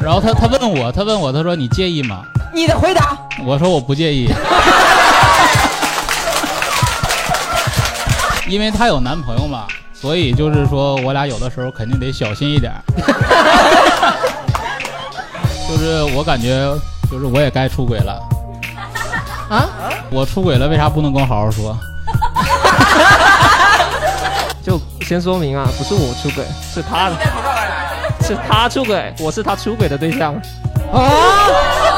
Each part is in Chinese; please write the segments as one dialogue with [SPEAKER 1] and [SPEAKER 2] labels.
[SPEAKER 1] 然后他他问我，他问我，他说你介意吗？
[SPEAKER 2] 你的回答，
[SPEAKER 1] 我说我不介意，因为她有男朋友嘛，所以就是说我俩有的时候肯定得小心一点儿。就是我感觉，就是我也该出轨了。
[SPEAKER 2] 啊？
[SPEAKER 1] 我出轨了，为啥不能跟我好好说？
[SPEAKER 3] 就先说明啊，不是我出轨，是他的，是他出轨，我是他出轨的对象。
[SPEAKER 4] 啊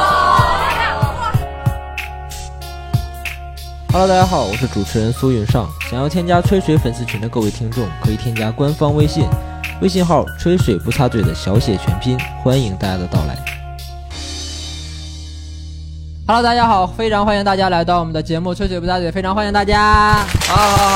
[SPEAKER 5] Hello，大家好，我是主持人苏云上。想要添加吹水粉丝群的各位听众，可以添加官方微信，微信号“吹水不插嘴”的小写全拼，欢迎大家的到来。
[SPEAKER 2] Hello，大家好，非常欢迎大家来到我们的节目《吹水不打嘴》，非常欢迎大家。好好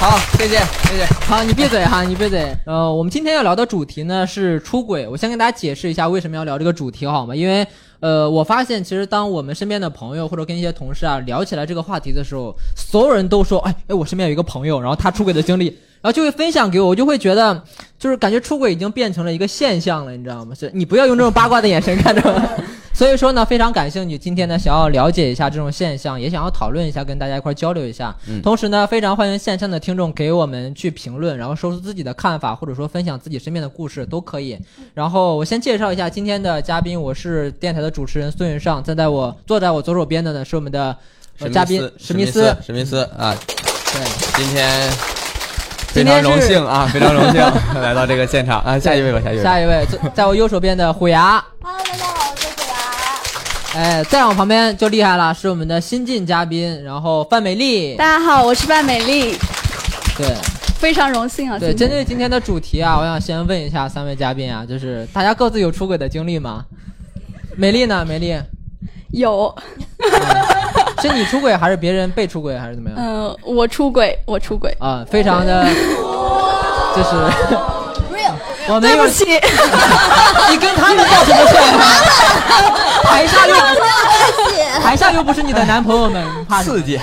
[SPEAKER 2] 好好，谢谢谢谢。好，你闭嘴哈，你闭嘴。呃，我们今天要聊的主题呢是出轨，我先跟大家解释一下为什么要聊这个主题好吗？因为呃，我发现其实当我们身边的朋友或者跟一些同事啊聊起来这个话题的时候，所有人都说，哎哎，我身边有一个朋友，然后他出轨的经历，然后就会分享给我，我就会觉得就是感觉出轨已经变成了一个现象了，你知道吗？是你不要用这种八卦的眼神看着我。所以说呢，非常感兴趣。今天呢，想要了解一下这种现象，也想要讨论一下，跟大家一块儿交流一下。同时呢，非常欢迎线上的听众给我们去评论，然后说出自己的看法，或者说分享自己身边的故事都可以。然后我先介绍一下今天的嘉宾，我是电台的主持人孙云尚，站在我坐在我左手边的呢是我们的、呃嘉宾史
[SPEAKER 6] 史
[SPEAKER 2] 密
[SPEAKER 6] 密
[SPEAKER 2] 斯
[SPEAKER 6] 斯，。史密斯啊，
[SPEAKER 2] 对，
[SPEAKER 6] 今天
[SPEAKER 2] 今
[SPEAKER 6] 非
[SPEAKER 2] 天
[SPEAKER 6] 常
[SPEAKER 2] 是
[SPEAKER 6] 荣 幸啊，非常荣幸 来到这个现场啊，下一位吧，下一位吧。
[SPEAKER 2] 下一位坐在我右手边的虎牙，
[SPEAKER 7] Hello，大家好，我是虎牙。
[SPEAKER 2] 哎，再往旁边就厉害了，是我们的新晋嘉宾，然后范美丽。
[SPEAKER 7] 大家好，我是范美丽，
[SPEAKER 2] 对。
[SPEAKER 7] 非常荣幸啊。
[SPEAKER 2] 对，
[SPEAKER 7] 今
[SPEAKER 2] 针
[SPEAKER 7] 天
[SPEAKER 2] 对今天的主题啊，我想先问一下三位嘉宾啊，就是大家各自有出轨的经历吗？美丽呢？美丽，
[SPEAKER 7] 有，
[SPEAKER 2] 是你出轨还是别人被出轨还是怎么样？啊、
[SPEAKER 7] 嗯、我出轨，我出轨，
[SPEAKER 2] 非常的， 就是 我没
[SPEAKER 7] 对
[SPEAKER 2] 有
[SPEAKER 7] 不，起，
[SPEAKER 2] 你跟他们道什么歉啊？ 台下又台下又不是你的男朋友 们，你怕什么
[SPEAKER 6] 刺？激，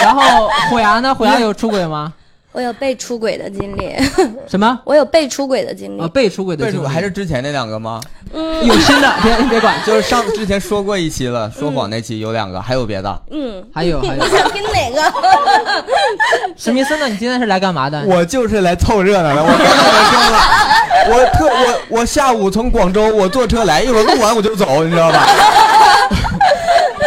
[SPEAKER 2] 然后虎牙呢？虎牙有出轨吗？
[SPEAKER 8] 我有被出轨的经历，
[SPEAKER 2] 什么？
[SPEAKER 8] 我有被出轨的经历。
[SPEAKER 2] 呃，被出轨的
[SPEAKER 6] 为
[SPEAKER 2] 经
[SPEAKER 6] 什
[SPEAKER 2] 历
[SPEAKER 6] 么还是之前那两个吗？
[SPEAKER 2] 有新的，别 别管，
[SPEAKER 6] 就是上之前说过一期了，说谎那期有两个，还有别的。
[SPEAKER 8] 嗯，
[SPEAKER 2] 还 有还有
[SPEAKER 8] 你，想听哪个？
[SPEAKER 2] 史密斯呢？你今天是来干嘛的？
[SPEAKER 6] 我就是来凑热闹的，我刚才我听了，我特我我下午从广州我坐车来，一会儿录完我就走，你知道吧？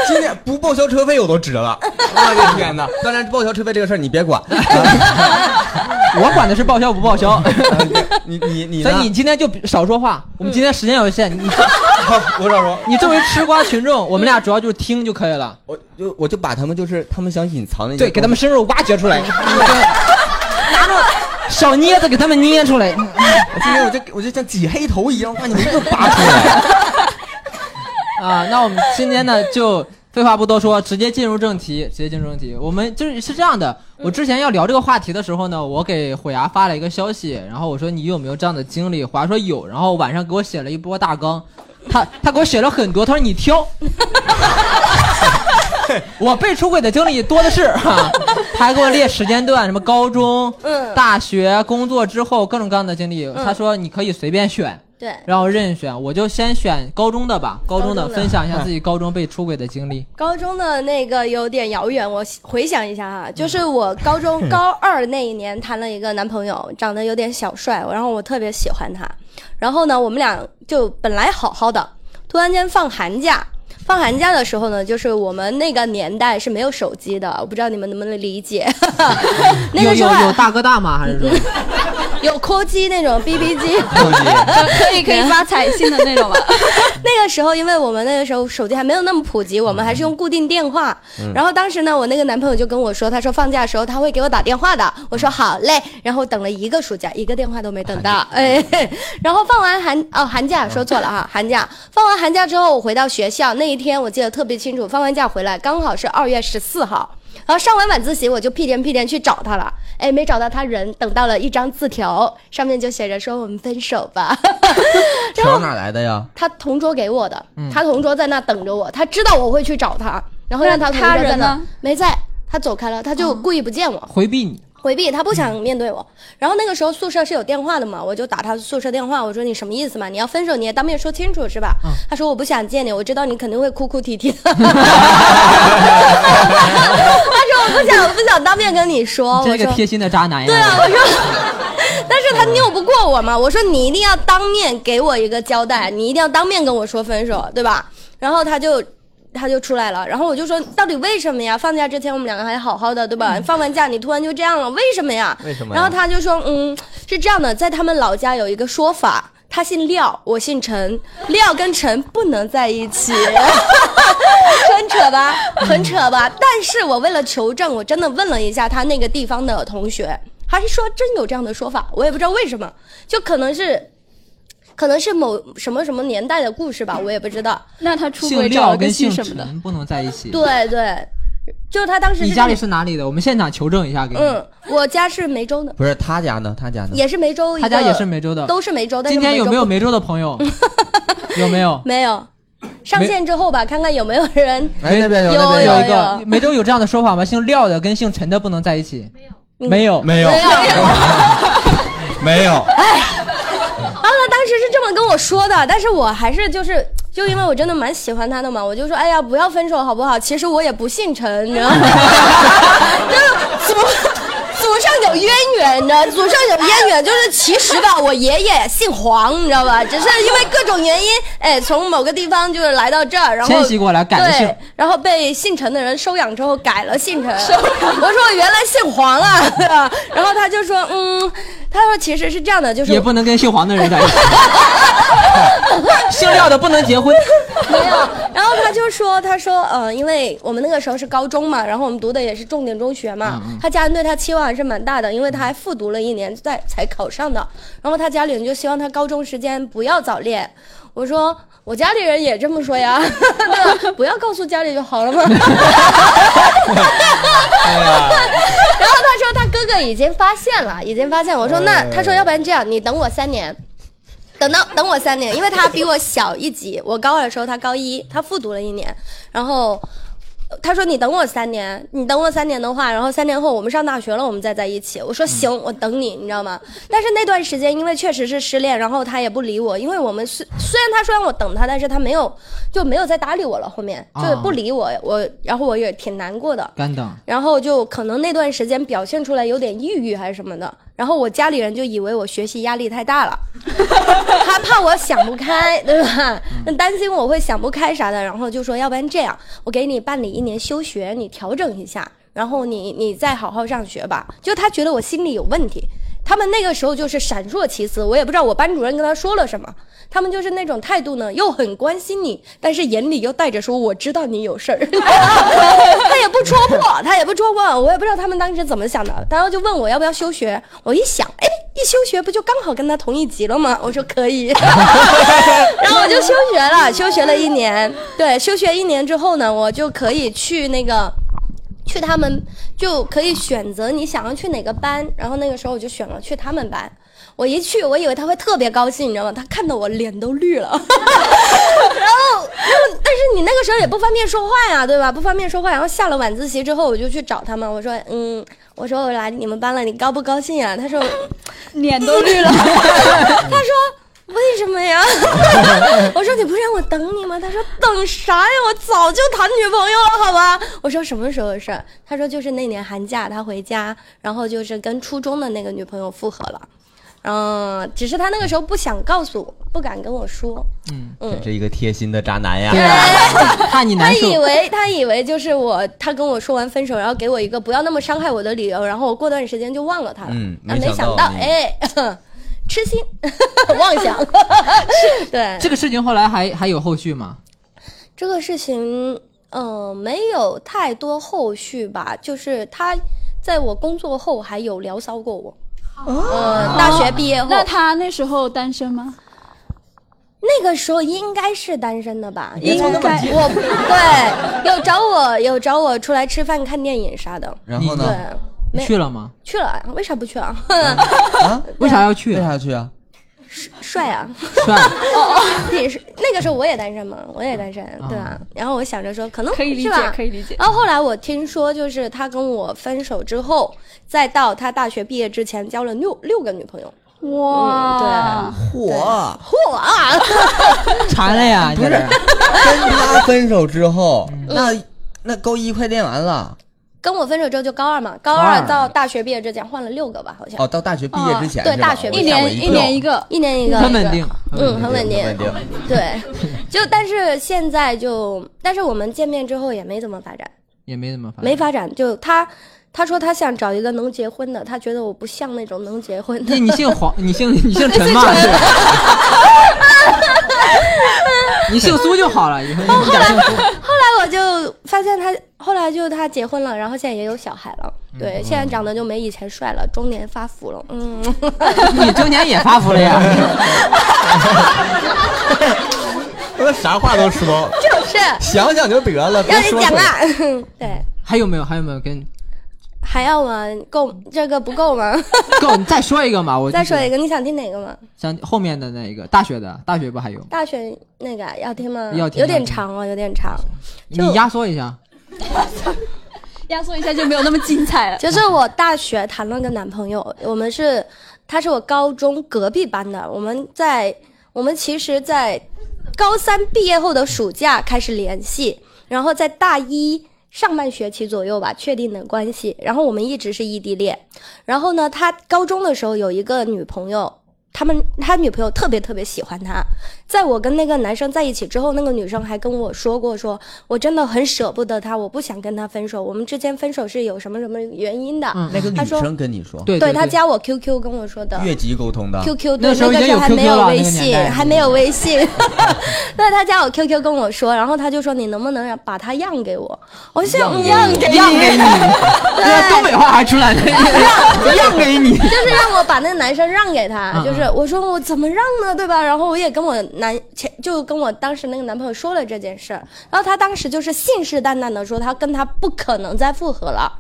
[SPEAKER 6] 今天不报销车费我都值了，我的哎天哪！当然报销车费这个事儿你别 管，
[SPEAKER 2] 我管的是报销不报销。
[SPEAKER 6] 你你你
[SPEAKER 2] 所
[SPEAKER 6] 呢
[SPEAKER 2] 以？你今天就少说话，我们今天时间有限，你
[SPEAKER 6] 好，我少说。
[SPEAKER 2] 你作为吃瓜群众，我们俩主要就是听就可以了，
[SPEAKER 6] 我就我就把他们就是他们想隐藏的
[SPEAKER 2] 对，给他们深入挖掘出 来，拿着小镊子给他们捏出来。
[SPEAKER 6] 我今天我就我就像挤黑头一样把你们一个拔出来。
[SPEAKER 2] 啊，那我们今天呢就废话不多说，直接进入正题，直接进入正题。我们就是是这样的，我之前要聊这个话题的时候呢，我给虎牙发了一个消息，然后我说你有没有这样的经历？虎牙说有，然后晚上给我写了一波大纲，他他给我写了很多，他说你挑。 我被出轨的经历多的是哈、他还给我列时间段，什么高中、
[SPEAKER 8] 嗯
[SPEAKER 2] 大学、工作之后各种各样的经历。他说你可以随便选，
[SPEAKER 8] 对，
[SPEAKER 2] 让我任选，我就先选高中的吧。高中的
[SPEAKER 8] 高中的嗯
[SPEAKER 2] 分享一下自己高中被出轨的经历。
[SPEAKER 8] 高中的那个有点遥远，我回想一下
[SPEAKER 2] 嗯
[SPEAKER 8] 哈，就是我高中 高二那一年谈了一个男朋友，长得有点小帅，然后我特别喜欢他。然后呢，我们俩就本来好好的，突然间放寒假。放寒假的时候呢，就是我们那个年代是没有手机的，我不知道你们能不能理解。那
[SPEAKER 2] 有
[SPEAKER 8] 个时
[SPEAKER 2] 有
[SPEAKER 8] 候嗯
[SPEAKER 2] 有大哥大吗？还是说
[SPEAKER 8] 有 QQ 机那种 BB 机，
[SPEAKER 7] 可以可以发彩信的那种吧？
[SPEAKER 8] 那个时候，因为我们那个时候手机还没有那么普及，我们还是用固定电话。然后当时呢，我那个男朋友就跟我说，他说放假的时候他会给我打电话的。我说好嘞。然后等了一个暑假，一个电话都没等到。 哎，然后放完寒哦寒假说错了哈，寒假放完寒假之后，我回到学校那一天，我记得特别清楚。放完假回来刚好是二月十四号。然后上完晚自习，我就屁颠屁颠去找他了，哎，没找到他人，等到了一张字条，上面就写着说我们分手吧。
[SPEAKER 6] 条哪来的呀？
[SPEAKER 8] 他同桌给我的，
[SPEAKER 2] 嗯
[SPEAKER 8] 他同桌在那等着我，他知道我会去找他，然后让他同桌
[SPEAKER 7] 那他
[SPEAKER 8] 在
[SPEAKER 7] 人
[SPEAKER 8] 那
[SPEAKER 7] 呢哦
[SPEAKER 8] 没在，他走开了，他就故意不见我。
[SPEAKER 2] 回避你？
[SPEAKER 8] 回避，他不想面对我。然后那个时候宿舍是有电话的嘛，我就打他宿舍电话，我说你什么意思嘛？你要分手你也当面说清楚是吧？
[SPEAKER 2] 嗯
[SPEAKER 8] 他说我不想见你，我知道你肯定会哭哭 啼啼的。他说我不想，我不想当面跟你说。
[SPEAKER 2] 这
[SPEAKER 8] 我
[SPEAKER 2] 个
[SPEAKER 8] 说
[SPEAKER 2] 贴心的渣男呀！
[SPEAKER 8] 对啊，我说，但是他拗不过我嘛，我说你一定要当面给我一个交代，你一定要当面跟我说分手，对吧？然后他就。他就出来了，然后我就说，到底为什么呀？放假之前我们两个还好好的，对吧？放完假你突然就这样了，为什么呀？
[SPEAKER 6] 嗯为什么呀？
[SPEAKER 8] 然后他就说，嗯，是这样的，在他们老家有一个说法，他姓廖，我姓陈，廖跟陈不能在一起，很扯吧，很扯吧。但是我为了求证，我真的问了一下他那个地方的同学，还是说真有这样的说法，我也不知道为什么，就可能是。可能是某什么什么年代的故事吧，我也不知道。
[SPEAKER 7] 那他出
[SPEAKER 2] 姓
[SPEAKER 7] 轨找
[SPEAKER 2] 廖
[SPEAKER 7] 了个
[SPEAKER 2] 跟
[SPEAKER 7] 姓
[SPEAKER 2] 姓
[SPEAKER 7] 什么的，
[SPEAKER 2] 陈不能在一起。，
[SPEAKER 8] 对对，就他当时
[SPEAKER 2] 你
[SPEAKER 8] 是
[SPEAKER 2] 家里是哪里的？我们现场求证一下给你。
[SPEAKER 8] 嗯，我家是梅州的，
[SPEAKER 6] 不是他家呢，他家呢？
[SPEAKER 8] 也是梅州一
[SPEAKER 2] 嗯他
[SPEAKER 8] 个，
[SPEAKER 2] 家也是梅州的。
[SPEAKER 8] 都是梅州。但是
[SPEAKER 2] 今天有
[SPEAKER 8] 州
[SPEAKER 2] 没有
[SPEAKER 8] 不
[SPEAKER 2] 梅州的朋友？有没有？
[SPEAKER 8] 没有，上线之后吧，看看有没有人。
[SPEAKER 6] 哎，那边有，那
[SPEAKER 8] 有
[SPEAKER 6] 边
[SPEAKER 2] 有一
[SPEAKER 8] 有
[SPEAKER 2] 个梅州有这样的说法吗？姓廖的跟姓陈的不能在一起？
[SPEAKER 8] 嗯
[SPEAKER 2] 没有。
[SPEAKER 6] 没有，
[SPEAKER 8] 没有。
[SPEAKER 6] 没有，
[SPEAKER 8] 然后他啊当时是这么跟我说的，但是我还是就是。就因为我真的蛮喜欢他的嘛，我就说，哎呀，不要分手好不好？其实我也不姓陈，你知道吗？ 就是祖祖上有渊源，你知道，祖上有渊源，就是其实吧，我爷爷姓黄，你知道吧？只是因为各种原因，哎，从某个地方就是来到这儿，然后
[SPEAKER 2] 迁徙过来改了姓
[SPEAKER 8] 对，然后被姓陈的人收养之后改了姓陈。我说我原来姓黄啊， 对吧然后他就说，嗯，他说其实是这样的，就是
[SPEAKER 2] 也不能跟姓黄的人在一 起。姓廖的不能结婚。
[SPEAKER 8] 没有。然后他就说，他说，呃，因为我们那个时候是高中嘛，然后我们读的也是重点中学嘛，他家人对他期望还是蛮大的，因为他还复读了一年在才考上的。然后他家里人就希望他高中时间不要早恋。我说。我家里人也这么说呀， 对吧？不要告诉家里就好了嘛。然后
[SPEAKER 6] 哎
[SPEAKER 8] 他说他哥哥已经发现了，已经发现。我说那他说要不然这样，你等我三年，等到等我三年，因为他比我小一级，我高二的时候他高一，他复读了一年，然后。呃他说：“你等我三年，你等我三年的话，然后三年后我们上大学了，我们再在一起。”我说：“行，我等你，你知道吗？”但是那段时间，因为确实是失恋，然后他也不理我，因为我们虽虽然他说让我等他，但是他没有就没有再搭理我了，后面就是不理我，我然后我也挺难过的。
[SPEAKER 2] 干
[SPEAKER 9] 嗯
[SPEAKER 2] 等。
[SPEAKER 8] 然后就可能那段时间表现出来有点抑郁还是什么的，然后我家里人就以为我学习压力太大了，他怕我想不开，对吧？那担心我会想不开啥的，然后就说要不然这样，我给你办理一年休学，你调整一下，然后你你再好好上学吧。就他觉得我心里有问题，他们那个时候就是闪烁其词，我也不知道我班主任跟他说了什么，他们就是那种态度呢，又很关心你，但是眼里又带着说我知道你有事儿， 他也不戳破，他也不戳破，我也不知道他们当时怎么想的，然后就问我要不要休学，我一想，哎，一休学不就刚好跟他同一级了吗？我说可以， 然后我就休学了，休学了一年，对，休学一年之后呢，我就可以去那个。去他们就可以选择你想要去哪个班，然后那个时候我就选了去他们班。我一去，我以为他会特别高兴，你知道吗？他看到我脸都 绿了，然后，然后，但是你那个时候也不方便说话呀，对吧？不方便说话。然后下了晚自习之后，我就去找他们，我说，嗯，我说我来你们班了，你高不高兴啊？他说，
[SPEAKER 7] 脸都绿 了。
[SPEAKER 8] 他说为什 么呀？我说你不是让我等你吗？他说等啥呀？我早就谈女朋友了，好吧？我说什么时候的事儿？他说就是那年寒假他回家，然后就是跟初中的那个女朋友复合了。嗯，只是他那个时候不想告诉我，不敢跟我说。
[SPEAKER 2] 嗯
[SPEAKER 6] 真是一个贴心的渣男呀！
[SPEAKER 8] 啊
[SPEAKER 2] 怕你
[SPEAKER 8] 他
[SPEAKER 2] 难受
[SPEAKER 8] 以。为他以为就是我，他跟我说完分手，然后给我一个不要那么伤害我的理由，然后我过段时间就忘了他了。
[SPEAKER 6] 嗯
[SPEAKER 8] 但
[SPEAKER 6] 没
[SPEAKER 8] 啊
[SPEAKER 6] 想
[SPEAKER 8] 没想
[SPEAKER 6] 到
[SPEAKER 8] 到，
[SPEAKER 6] 你
[SPEAKER 8] 哎， 痴心 妄想， 对。
[SPEAKER 2] 这个事情后来还还有后续吗？
[SPEAKER 8] 这个事情，呃，没有太多后续吧，就是他在我工作后还有聊骚过我。呃，大学毕业后，
[SPEAKER 7] 哦那他那时候单身吗？
[SPEAKER 8] 那个时候应该是单身的吧？应
[SPEAKER 7] 那么
[SPEAKER 8] 该 我对有找我有找我出来吃饭看电影啥的，
[SPEAKER 6] 然后
[SPEAKER 8] 对，
[SPEAKER 6] 呢？
[SPEAKER 8] 没
[SPEAKER 2] 去了吗？
[SPEAKER 8] 去了，为啥不去啊？
[SPEAKER 6] 啊，
[SPEAKER 2] 为啥要去
[SPEAKER 6] 为？啥去啊？
[SPEAKER 8] 帅啊！ 哦
[SPEAKER 2] 帅，
[SPEAKER 8] 也是那个时候我也单身嘛，我也单身，对吧？然后我想着说，可能
[SPEAKER 7] 嗯啊可以理解，
[SPEAKER 8] 是吧
[SPEAKER 7] 可以理解。
[SPEAKER 8] 然后后来我听说，就是他跟我分手之后，再到他大学毕业之前，交了六六个女朋友。嗯
[SPEAKER 7] 哇，
[SPEAKER 6] 嚯！
[SPEAKER 8] 嚯啊！
[SPEAKER 2] 馋了呀！你
[SPEAKER 6] 不
[SPEAKER 2] 在
[SPEAKER 6] 是
[SPEAKER 2] 这
[SPEAKER 6] 跟
[SPEAKER 2] 儿
[SPEAKER 6] 他分手之后，
[SPEAKER 8] 嗯
[SPEAKER 6] 那那高一快练完了，
[SPEAKER 8] 跟我分手之后就高二嘛，高
[SPEAKER 6] 高二
[SPEAKER 8] 二到大学毕业之前换了六个吧，好像
[SPEAKER 6] 哦，到大学毕业之前
[SPEAKER 8] 嗯对
[SPEAKER 6] 是吧
[SPEAKER 8] 大学
[SPEAKER 6] 我
[SPEAKER 8] 毕
[SPEAKER 7] 一
[SPEAKER 8] 业
[SPEAKER 6] 吓我
[SPEAKER 7] 年
[SPEAKER 6] 一
[SPEAKER 7] 一年一
[SPEAKER 6] 跳
[SPEAKER 7] 个，
[SPEAKER 8] 一年一个，
[SPEAKER 2] 很稳定，
[SPEAKER 8] 嗯，很稳定，
[SPEAKER 6] 很稳定。
[SPEAKER 8] 对，就但是现在就，但是我们见面之后也没怎么发展，
[SPEAKER 2] 也没怎么
[SPEAKER 6] 哎
[SPEAKER 2] 发。
[SPEAKER 8] 没发展。就他他说他想找一个能结婚的，他觉得我不像那种能结婚的
[SPEAKER 2] 你。你姓黄，你姓你姓陈吗？是吧 你姓苏就好了，以后你改姓 苏。
[SPEAKER 8] 后来我就发现他，后来就他结婚了，然后现在也有小孩了。
[SPEAKER 6] 嗯
[SPEAKER 8] 对，现在长得就没以前帅了，中年发福了。嗯，
[SPEAKER 2] 你中年也发福了呀？
[SPEAKER 6] 我 啥话都 说，
[SPEAKER 8] 就是
[SPEAKER 6] 想想就得了，别
[SPEAKER 8] 让你
[SPEAKER 6] 说
[SPEAKER 8] 讲
[SPEAKER 6] 出来。
[SPEAKER 8] 啊。 对，
[SPEAKER 2] 还有没有？还有没有？跟
[SPEAKER 8] 还要吗？够这个不够吗？
[SPEAKER 2] 够，你再说一个嘛。我
[SPEAKER 8] 再说一
[SPEAKER 2] 个，
[SPEAKER 8] 个，你想听哪个吗？
[SPEAKER 2] 像后面的那一个大学的，大学不还有？
[SPEAKER 8] 大学那个要听吗？
[SPEAKER 2] 要听要
[SPEAKER 8] 有
[SPEAKER 2] 听
[SPEAKER 8] 点长哦，有点长。就
[SPEAKER 2] 你压缩一下，
[SPEAKER 7] 压缩一下就没有那么精彩了。
[SPEAKER 8] 就是我大学谈了个男朋友，我们是，他是我高中隔壁班的，我们在我们其实，在高三毕业后的暑假开始联系，然后在大一上半学期左右吧确定的关系，然后我们一直是异地恋，然后呢，他高中的时候有一个女朋友。他们他女朋友特别特别喜欢他，在我跟那个男生在一起之后，那个女生还跟我说过说，我真的很舍不得他，我不想跟他分手，我们之间分手是有什么什么原因的。
[SPEAKER 2] 嗯，
[SPEAKER 6] 那个
[SPEAKER 8] 他
[SPEAKER 6] 女
[SPEAKER 8] 说
[SPEAKER 6] 生跟你说，
[SPEAKER 2] 对
[SPEAKER 8] 对
[SPEAKER 2] 对
[SPEAKER 8] 他加我 QQ 跟我说的。
[SPEAKER 6] 越级沟通的，
[SPEAKER 8] QQ
[SPEAKER 2] 那
[SPEAKER 8] 对，
[SPEAKER 2] 时候已
[SPEAKER 8] 个
[SPEAKER 2] 经
[SPEAKER 8] 时候还
[SPEAKER 2] 有
[SPEAKER 8] 没
[SPEAKER 2] QQ 了
[SPEAKER 8] 有微
[SPEAKER 2] 那个年代
[SPEAKER 8] 信，还没有微信。 对，他加我 QQ 跟我说，然后他就说你能不能让把他让给我？我就想让给你，
[SPEAKER 2] 让给你，
[SPEAKER 8] 对
[SPEAKER 2] 东北话还出来了，让给你。
[SPEAKER 8] 就是让我把那个男生让给他
[SPEAKER 2] 嗯，
[SPEAKER 8] 就是我说我怎么让呢，对吧？然后我也跟我男前就跟我当时那个男朋友说了这件事儿，然后他当时就是信誓旦旦的说他跟他不可能再复合了。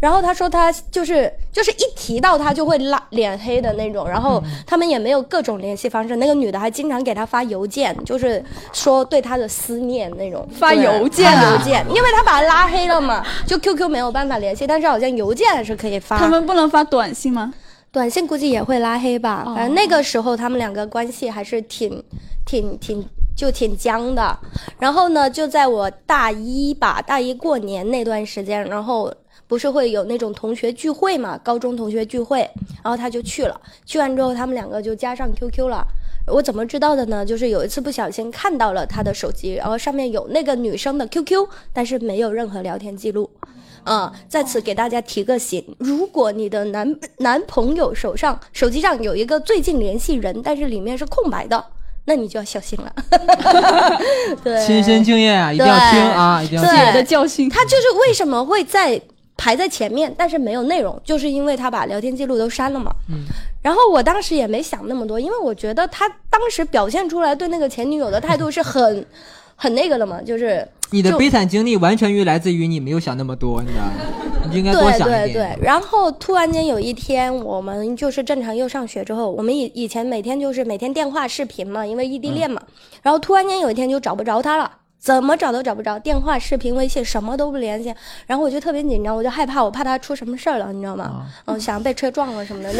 [SPEAKER 8] 然后他说他就是就是一提到他就会拉脸黑的那种，然后他们也没有各种联系方式，那个女的还经常给他发邮件，就是说对他的思念那种
[SPEAKER 7] 发
[SPEAKER 8] 对
[SPEAKER 7] 邮件
[SPEAKER 8] 发
[SPEAKER 7] 啊
[SPEAKER 8] 邮件，因为他把他拉黑了嘛，就 QQ 没有办法联系，但是好像邮件还是可以发。
[SPEAKER 7] 他们不能发短信吗？
[SPEAKER 8] 短信估计也会拉黑吧。
[SPEAKER 7] 哦
[SPEAKER 8] 反正那个时候他们两个关系还是挺、挺、挺就挺僵的。然后呢，就在我大一吧，大一过年那段时间，然后不是会有那种同学聚会嘛，高中同学聚会，然后他就去了。去完之后，他们两个就加上 QQ 了。我怎么知道的呢？就是有一次不小心看到了他的手机，然后上面有那个女生的 QQ，但是没有任何聊天记录。嗯，在此给大家提个醒：如果你的男男朋友手上手机上有一个最近联系人，但是里面是空白的，那你就要小心了。 对，
[SPEAKER 2] 亲身经验啊，一定要听啊，一定要听。
[SPEAKER 7] 我的
[SPEAKER 8] 对，
[SPEAKER 7] 教训，
[SPEAKER 8] 他就是为什么会在排在前面，但是没有内容，就是因为他把聊天记录都删了嘛。
[SPEAKER 2] 嗯。
[SPEAKER 8] 然后我当时也没想那么多，因为我觉得他当时表现出来对那个前女友的态度是很 很那个的嘛，就是
[SPEAKER 2] 你的
[SPEAKER 8] 就
[SPEAKER 2] 悲惨经历完全于来自于你没有想那么多，你知道吗？你应该多
[SPEAKER 8] 对
[SPEAKER 2] 想
[SPEAKER 8] 对
[SPEAKER 2] 一
[SPEAKER 8] 对
[SPEAKER 2] 点。，
[SPEAKER 8] 然后突然间有一天，我们就是正常又上学之后，我们以以前每天就是每天电话视频嘛，因为异地恋嘛。
[SPEAKER 2] 嗯
[SPEAKER 8] 然后突然间有一天就找不着他了，怎么找都找不着，电话、视频、微信什么都不联系。然后我就特别紧张，我就害怕，我怕他出什么事儿了，你知道
[SPEAKER 2] 啊
[SPEAKER 8] 吗？嗯，想被车撞了什么的。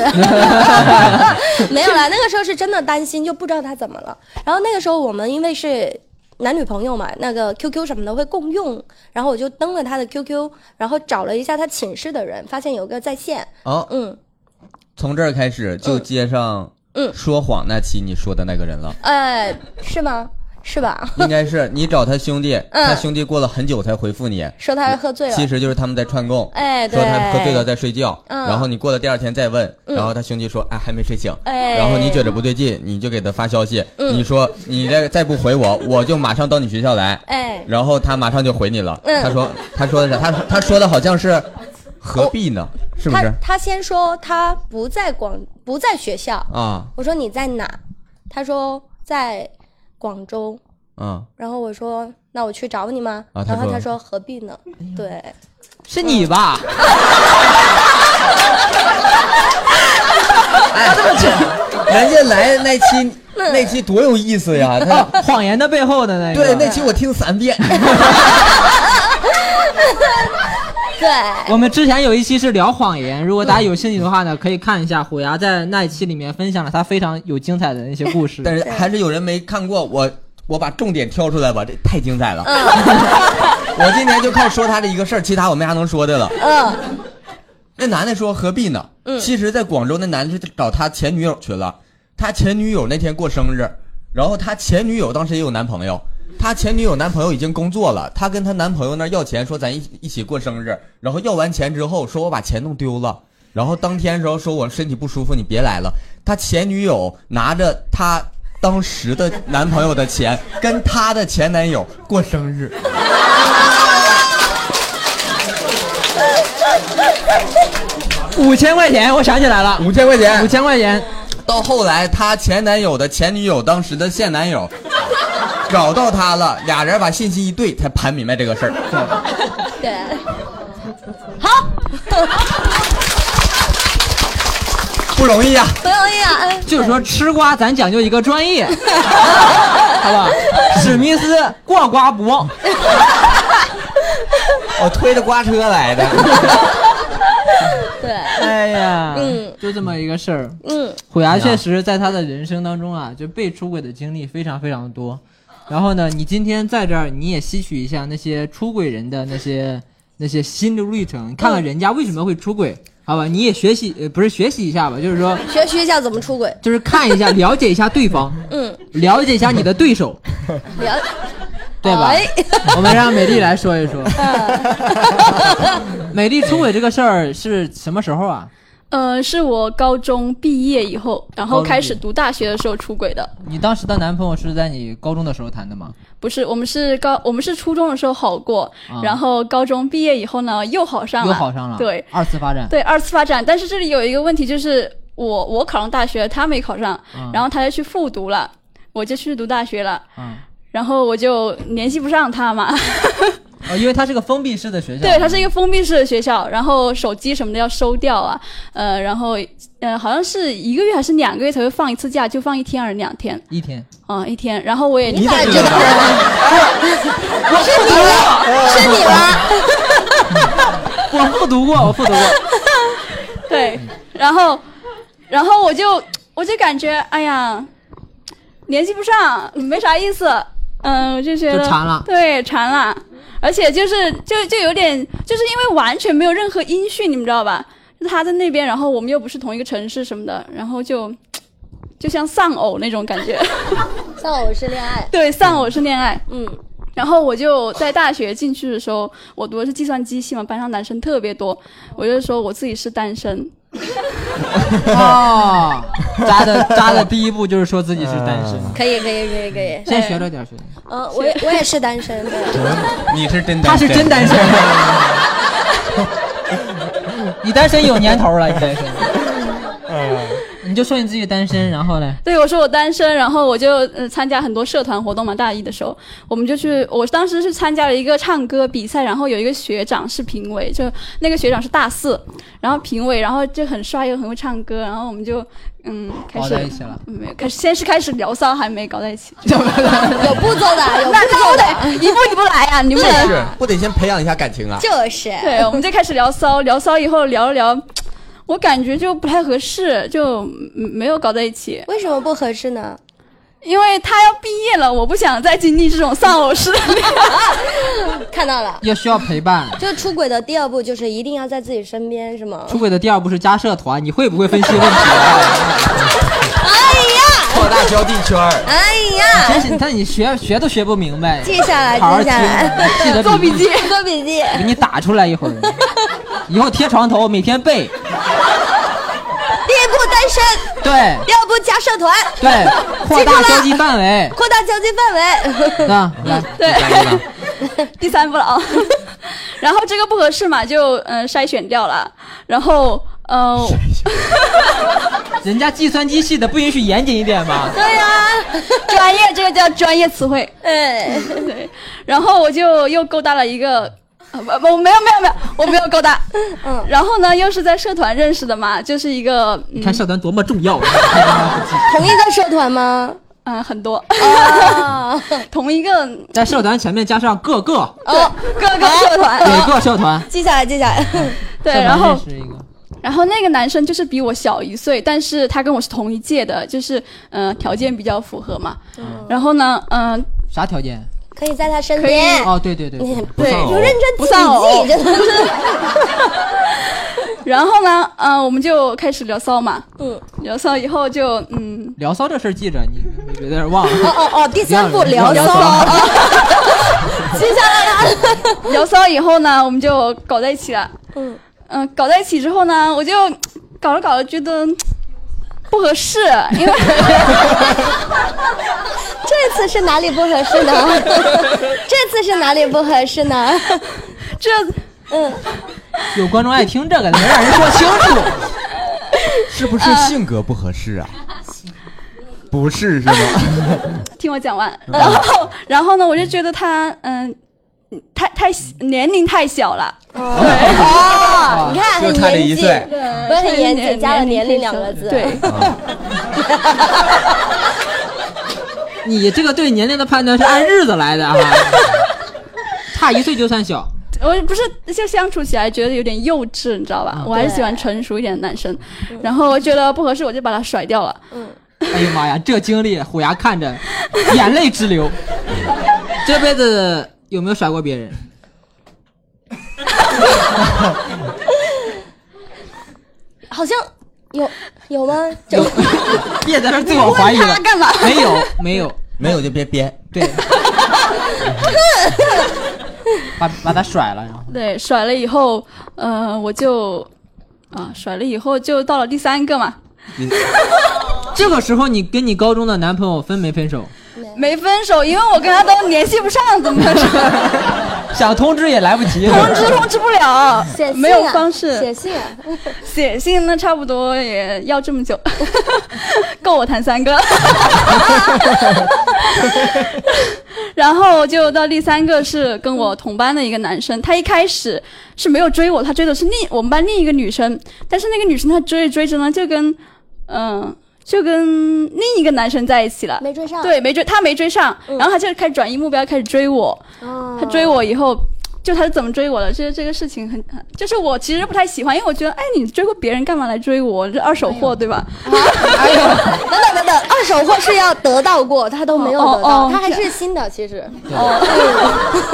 [SPEAKER 8] 对没有啦，那个时候是真的担心，就不知道他怎么了。然后那个时候我们因为是。男女朋友嘛，那个 QQ 什么的会共用，然后我就登了他的 QQ，然后找了一下他寝室的人，发现有个在线，
[SPEAKER 6] 哦，
[SPEAKER 8] 嗯，
[SPEAKER 6] 从这儿开始就接上
[SPEAKER 8] 嗯
[SPEAKER 6] 说谎那期你说的那个人了，
[SPEAKER 8] 呃，是吗？是吧？
[SPEAKER 6] 应该是你找他兄弟，
[SPEAKER 8] 嗯
[SPEAKER 6] 他兄弟过了很久才回复你，
[SPEAKER 8] 说他喝醉了，
[SPEAKER 6] 其实就是他们在串供，
[SPEAKER 8] 哎，对，
[SPEAKER 6] 说他喝醉了在睡觉，
[SPEAKER 8] 嗯
[SPEAKER 6] 然后你过了第二天再问，
[SPEAKER 8] 嗯
[SPEAKER 6] 然后他兄弟说哎还没睡醒，
[SPEAKER 8] 哎，
[SPEAKER 6] 然后你觉得不对劲，你就给他发消息，
[SPEAKER 8] 嗯
[SPEAKER 6] 你说你再再不回 我，我就马上到你学校来，
[SPEAKER 8] 哎，
[SPEAKER 6] 然后他马上就回你了，
[SPEAKER 8] 嗯
[SPEAKER 6] 他说他说的啥？他他说的好像是何必呢？是不
[SPEAKER 8] 他
[SPEAKER 6] 是？
[SPEAKER 8] 他先说他不在广不在学校，
[SPEAKER 6] 啊
[SPEAKER 8] 我说你在哪？他说在广州，
[SPEAKER 6] 啊
[SPEAKER 8] 然后我说那我去找你吗？
[SPEAKER 6] 啊他
[SPEAKER 8] 然后
[SPEAKER 6] 说
[SPEAKER 8] 他说何必呢？对，
[SPEAKER 2] 是你 吧？
[SPEAKER 6] 哎，咱这来那
[SPEAKER 8] 嗯
[SPEAKER 6] 期那期多有意思呀！他
[SPEAKER 2] 哦谎言的背后的那个，
[SPEAKER 6] 对那期我听三遍，
[SPEAKER 8] 对，
[SPEAKER 2] 我们之前有一期是聊谎言，如果大家有兴趣的话呢，可以看一下虎牙在那一期里面分享了他非常有精彩的那些故事。
[SPEAKER 6] 但是还是有人没看过我。我把重点挑出 来吧，这太精彩了！
[SPEAKER 8] 嗯
[SPEAKER 6] 我今天就靠说他这一个事儿，其他我没啥能说的了。
[SPEAKER 8] 嗯，
[SPEAKER 6] 那男的说何必呢？
[SPEAKER 8] 嗯
[SPEAKER 6] 其实，在广州那男的去找他前女友去了，他前女友那天过生日，然后他前女友当时也有男朋友，他前女友男朋友已经工作了，他跟他男朋友那儿要钱，说咱一一起过生日，然后要完钱之后说我把钱弄丢了，然后当天的时候说我身体不舒服，你别来了。他前女友拿着他当时的男朋友的钱，跟他的前男友过生日。
[SPEAKER 2] 五千块钱，我想起来了，
[SPEAKER 6] 五千块钱
[SPEAKER 2] 五千块钱，
[SPEAKER 6] 到后来，她前男友的前女友当时的现男友找到她了，俩人把信息一对，才盘明白这个事儿。
[SPEAKER 8] 对，
[SPEAKER 6] 不容易啊！
[SPEAKER 8] 不容易啊，嗯
[SPEAKER 2] 就是说吃瓜咱讲究一个专 业，好吧？史密斯过瓜不忘，
[SPEAKER 6] 我推着瓜车来的。
[SPEAKER 8] 对，
[SPEAKER 2] 哎呀，
[SPEAKER 8] 嗯，
[SPEAKER 2] 就这么一个事儿。
[SPEAKER 8] 嗯，
[SPEAKER 2] 虎牙确实在他的人生当中啊，就被出轨的经历非常非常多。然后呢，你今天在这儿，你也吸取一下那些出轨人的那些那些心路历程，看看人家为什么会出轨，好吧？你也学习，呃，不是学习一下吧，就是说，
[SPEAKER 8] 学习一下怎么出轨，
[SPEAKER 2] 就是看一下，了解一下对方，
[SPEAKER 8] 嗯，
[SPEAKER 2] 了解一下你的对手，
[SPEAKER 8] 了，
[SPEAKER 2] 对吧？
[SPEAKER 8] 哎
[SPEAKER 2] 我们让美丽来说一说，美丽出轨这个事儿是什么时候啊？
[SPEAKER 4] 呃，是我高中毕业以后，然
[SPEAKER 2] 高
[SPEAKER 4] 后
[SPEAKER 2] 中
[SPEAKER 4] 开
[SPEAKER 2] 毕业
[SPEAKER 4] 始读大学的时候出轨的。
[SPEAKER 2] 你当时的男朋友是在你高中的时候谈的吗？
[SPEAKER 4] 不是，我们是高，我们是初中的时候好过，
[SPEAKER 2] 啊
[SPEAKER 4] 然后高中毕业以后呢又好上了，
[SPEAKER 2] 又好上了，
[SPEAKER 4] 对，
[SPEAKER 2] 二次发展，
[SPEAKER 4] 对，二次发展。但是这里有一个问题，就是我我考上大学，他没考上，
[SPEAKER 2] 嗯
[SPEAKER 4] 然后他就去复读了，我就去读大学了，
[SPEAKER 2] 嗯。
[SPEAKER 4] 然后我就联系不上他嘛。
[SPEAKER 2] 哦，因为它是个封闭式的学校。
[SPEAKER 4] 对，它是一个封闭式的学校，然后手机什么的要收掉啊，呃，然后呃，好像是一个月还是两个月才会放一次假，就放一天还是两天，
[SPEAKER 2] 一天。
[SPEAKER 4] 嗯、一天。然后我也
[SPEAKER 6] 你咋知道？
[SPEAKER 8] 是你了，是 你了，
[SPEAKER 2] 我复读过，我复 读过。
[SPEAKER 4] 对，然后，然后我就我就感觉，哎呀，联系不上，没啥意思，嗯、我就觉得
[SPEAKER 2] 就馋了
[SPEAKER 4] 对，馋了，而且就是就就有点，就是因为完全没有任何音讯，你们知道吧？就是他在那边，然后我们又不是同一个城市什么的，然后就就像丧偶那种感 觉，
[SPEAKER 8] 丧偶式恋爱，
[SPEAKER 4] 对，丧偶式恋爱。
[SPEAKER 8] 嗯，
[SPEAKER 4] 然后我就在大学进去的时候，我读的是计算机系嘛，班上男生特别多，我就说我自己是单身，
[SPEAKER 2] 哦，渣的渣的第一步就是说自己是单身。
[SPEAKER 8] 可以，可以，可以，可以，
[SPEAKER 2] 先学着点学，
[SPEAKER 8] 嗯，我也我也是单身，对，
[SPEAKER 6] 你是真
[SPEAKER 2] 他是真单 身。你单身有年头了，你单身。
[SPEAKER 6] 嗯
[SPEAKER 2] 你就说你自己单身，然后嘞，
[SPEAKER 4] 对，我说我单身，然后我就呃参加很多社团活动嘛。大一的时候，我们就去，我当时是参加了一个唱歌比赛，然后有一个学长是评委，就那个学长是大四，然后评委，然后就很帅又很会唱歌，然后我们就嗯开
[SPEAKER 2] 搞
[SPEAKER 4] 始
[SPEAKER 2] 在一起了。
[SPEAKER 4] 没有开始，先是开始聊骚，还没搞在一起。
[SPEAKER 8] 有步骤 的，有步
[SPEAKER 4] 那那
[SPEAKER 8] 骤
[SPEAKER 4] 我
[SPEAKER 8] 的，
[SPEAKER 4] 得一步一步来啊呀、你不能
[SPEAKER 6] 是不得先培养一下感情啊！
[SPEAKER 8] 就是，
[SPEAKER 4] 对，我们就开始聊骚，聊骚以后聊了聊，我感觉就不太合适，就嗯没有搞在一起，
[SPEAKER 8] 为什么不合适呢？
[SPEAKER 4] 因为他要毕业了，我不想再经历这种丧偶式的恋爱。
[SPEAKER 8] 看到了，
[SPEAKER 2] 要需要陪伴。
[SPEAKER 8] 就出轨的第二步就是一定要在自己身边，是吗？
[SPEAKER 2] 出轨的第二步是加社团，你会不会分析问题？
[SPEAKER 6] 扩大交际圈儿，
[SPEAKER 8] 哎呀，
[SPEAKER 2] 但是 但你学学都学不明白，
[SPEAKER 8] 记下来，
[SPEAKER 2] 好好
[SPEAKER 8] 记下来，
[SPEAKER 2] 听，记得
[SPEAKER 4] 做笔记。
[SPEAKER 8] 做笔记。
[SPEAKER 2] 给你打出来一会儿，以后贴床头，每天背。
[SPEAKER 8] 第一步单身，
[SPEAKER 2] 对
[SPEAKER 8] 第二步加社团，
[SPEAKER 2] 对，扩大交际范围，
[SPEAKER 8] 扩大交际范围。
[SPEAKER 2] 啊，来，
[SPEAKER 4] 对
[SPEAKER 2] 第三个吧
[SPEAKER 4] 第三步了啊。 然后这个不合适嘛，就嗯、呃筛选掉了。然后呃，
[SPEAKER 2] 人家计算机系的不允许严谨一点吗？
[SPEAKER 8] 对呀、
[SPEAKER 4] 啊专业这个叫专业词汇。
[SPEAKER 8] 哎，
[SPEAKER 4] 对，然后我就又勾搭了一个呃不不我没有没有没有，我没有勾搭。
[SPEAKER 8] 嗯，
[SPEAKER 4] 然后呢，又是在社团认识的嘛，就是一个
[SPEAKER 2] 你
[SPEAKER 4] 嗯
[SPEAKER 2] 看社团多么重 要啊！
[SPEAKER 8] 同一个社团吗？
[SPEAKER 4] 嗯很多
[SPEAKER 8] 啊，
[SPEAKER 4] 同一个
[SPEAKER 2] 在社团前面加上各个
[SPEAKER 8] 哦，
[SPEAKER 4] 各个社
[SPEAKER 8] 啊
[SPEAKER 4] 团
[SPEAKER 2] 每个社团，
[SPEAKER 8] 记下来，记下来。
[SPEAKER 4] 对，
[SPEAKER 2] 社团
[SPEAKER 4] 然后
[SPEAKER 2] 认识一个
[SPEAKER 4] 然后那个男生就是比我小一岁，但是他跟我是同一届的，就是呃条件比较符合嘛。然后呢，嗯、
[SPEAKER 2] 啊啥条件？
[SPEAKER 8] 可以在他身边。
[SPEAKER 2] 哦，对对对，
[SPEAKER 8] 你
[SPEAKER 2] 对
[SPEAKER 8] 不
[SPEAKER 4] 对
[SPEAKER 8] 有认真
[SPEAKER 4] 不算
[SPEAKER 8] 记
[SPEAKER 4] 偶
[SPEAKER 8] 一记，真的是。
[SPEAKER 4] 然后呢，嗯、我们就开始聊骚嘛。
[SPEAKER 8] 嗯，
[SPEAKER 4] 聊骚以后就嗯，
[SPEAKER 2] 聊骚这事儿记着，你你别在这儿忘
[SPEAKER 8] 哦
[SPEAKER 2] 了。
[SPEAKER 8] 哦哦，第三步
[SPEAKER 2] 聊
[SPEAKER 8] 聊
[SPEAKER 2] 聊
[SPEAKER 8] 骚
[SPEAKER 2] 骚，
[SPEAKER 8] 记下来了。
[SPEAKER 4] 聊骚以后呢，我们就搞在一起了。
[SPEAKER 8] 嗯
[SPEAKER 4] 嗯、搞在一起之后呢，我就搞着搞着觉得嗯不合适， 因为
[SPEAKER 8] 这次是哪里不合适呢？ 这次是哪里不合适呢？嗯
[SPEAKER 4] 这
[SPEAKER 2] 有观众爱听这个的，能让人说清楚。
[SPEAKER 6] 是不是性格不合适啊？不是是吗？
[SPEAKER 4] 听我讲完。然后，然后呢，我就觉得他嗯、太太年龄太小了。
[SPEAKER 8] 哦，你看
[SPEAKER 6] 就
[SPEAKER 8] 很
[SPEAKER 6] 差这一
[SPEAKER 8] 严谨，
[SPEAKER 6] 岁
[SPEAKER 8] 不是很严谨，加了年龄两个字。
[SPEAKER 4] 对，，
[SPEAKER 2] 你这个对年龄的判断是按日子来的啊，差一岁就算小。
[SPEAKER 4] 我不是就相处起来觉得有点幼稚，你知道吧？我还是喜欢成熟一点的男生。然后我觉得不合适，我就把他甩掉了。
[SPEAKER 2] 哎呀妈呀，这经历，虎牙看着眼泪直流。这辈子有没有甩过别人？
[SPEAKER 8] 好像有有吗？
[SPEAKER 2] 有， 别在这儿自我怀疑了
[SPEAKER 4] 他。干嘛？
[SPEAKER 2] 没有，没有，
[SPEAKER 6] 没有就别编。
[SPEAKER 2] 对，把把他甩了，然后
[SPEAKER 4] 对，甩了以后，呃，我就啊，甩了以后就到了第三个嘛，
[SPEAKER 2] 这个时候你跟你高中的男朋友分没分手？
[SPEAKER 4] 没分手，因为我跟他都联系不上，怎么分手？
[SPEAKER 2] 想通知也来不及。
[SPEAKER 4] 通知通知不 了，
[SPEAKER 8] 写信
[SPEAKER 4] 没有
[SPEAKER 8] 啊
[SPEAKER 4] 方式。
[SPEAKER 8] 写信啊。
[SPEAKER 4] 写信那差不多也要这 么久，够我谈三个。 然后就到第三个是跟我同班的一个男生，他一开始是没有追我，他追的是另我们班另一个女生，但是那个女生她追着追着呢，就跟嗯、就跟另一个男生在一起了。
[SPEAKER 8] 没追上。，嗯
[SPEAKER 4] 对，没追，他没追上，然后他就开始转移目标，开始追我。
[SPEAKER 8] 他
[SPEAKER 4] 他追我以后，就他是怎么追我的？这这个事情很，很就是我其实不太喜欢，因为我觉得，哎，你追过别人，干嘛来追我？这二手货，对吧？
[SPEAKER 8] 哎呦，等等等等，二手货是要得到过，他都没有得
[SPEAKER 4] 哦
[SPEAKER 8] 到，
[SPEAKER 4] 哦
[SPEAKER 8] 他还是新的，其实。哦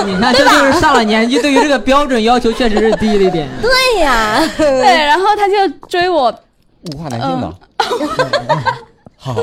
[SPEAKER 2] 你看，这就是上了年纪，对于这个标准要求确实是低了一点。
[SPEAKER 8] 对呀，
[SPEAKER 4] 对，然后他就追我，
[SPEAKER 6] 物化男性呢？好，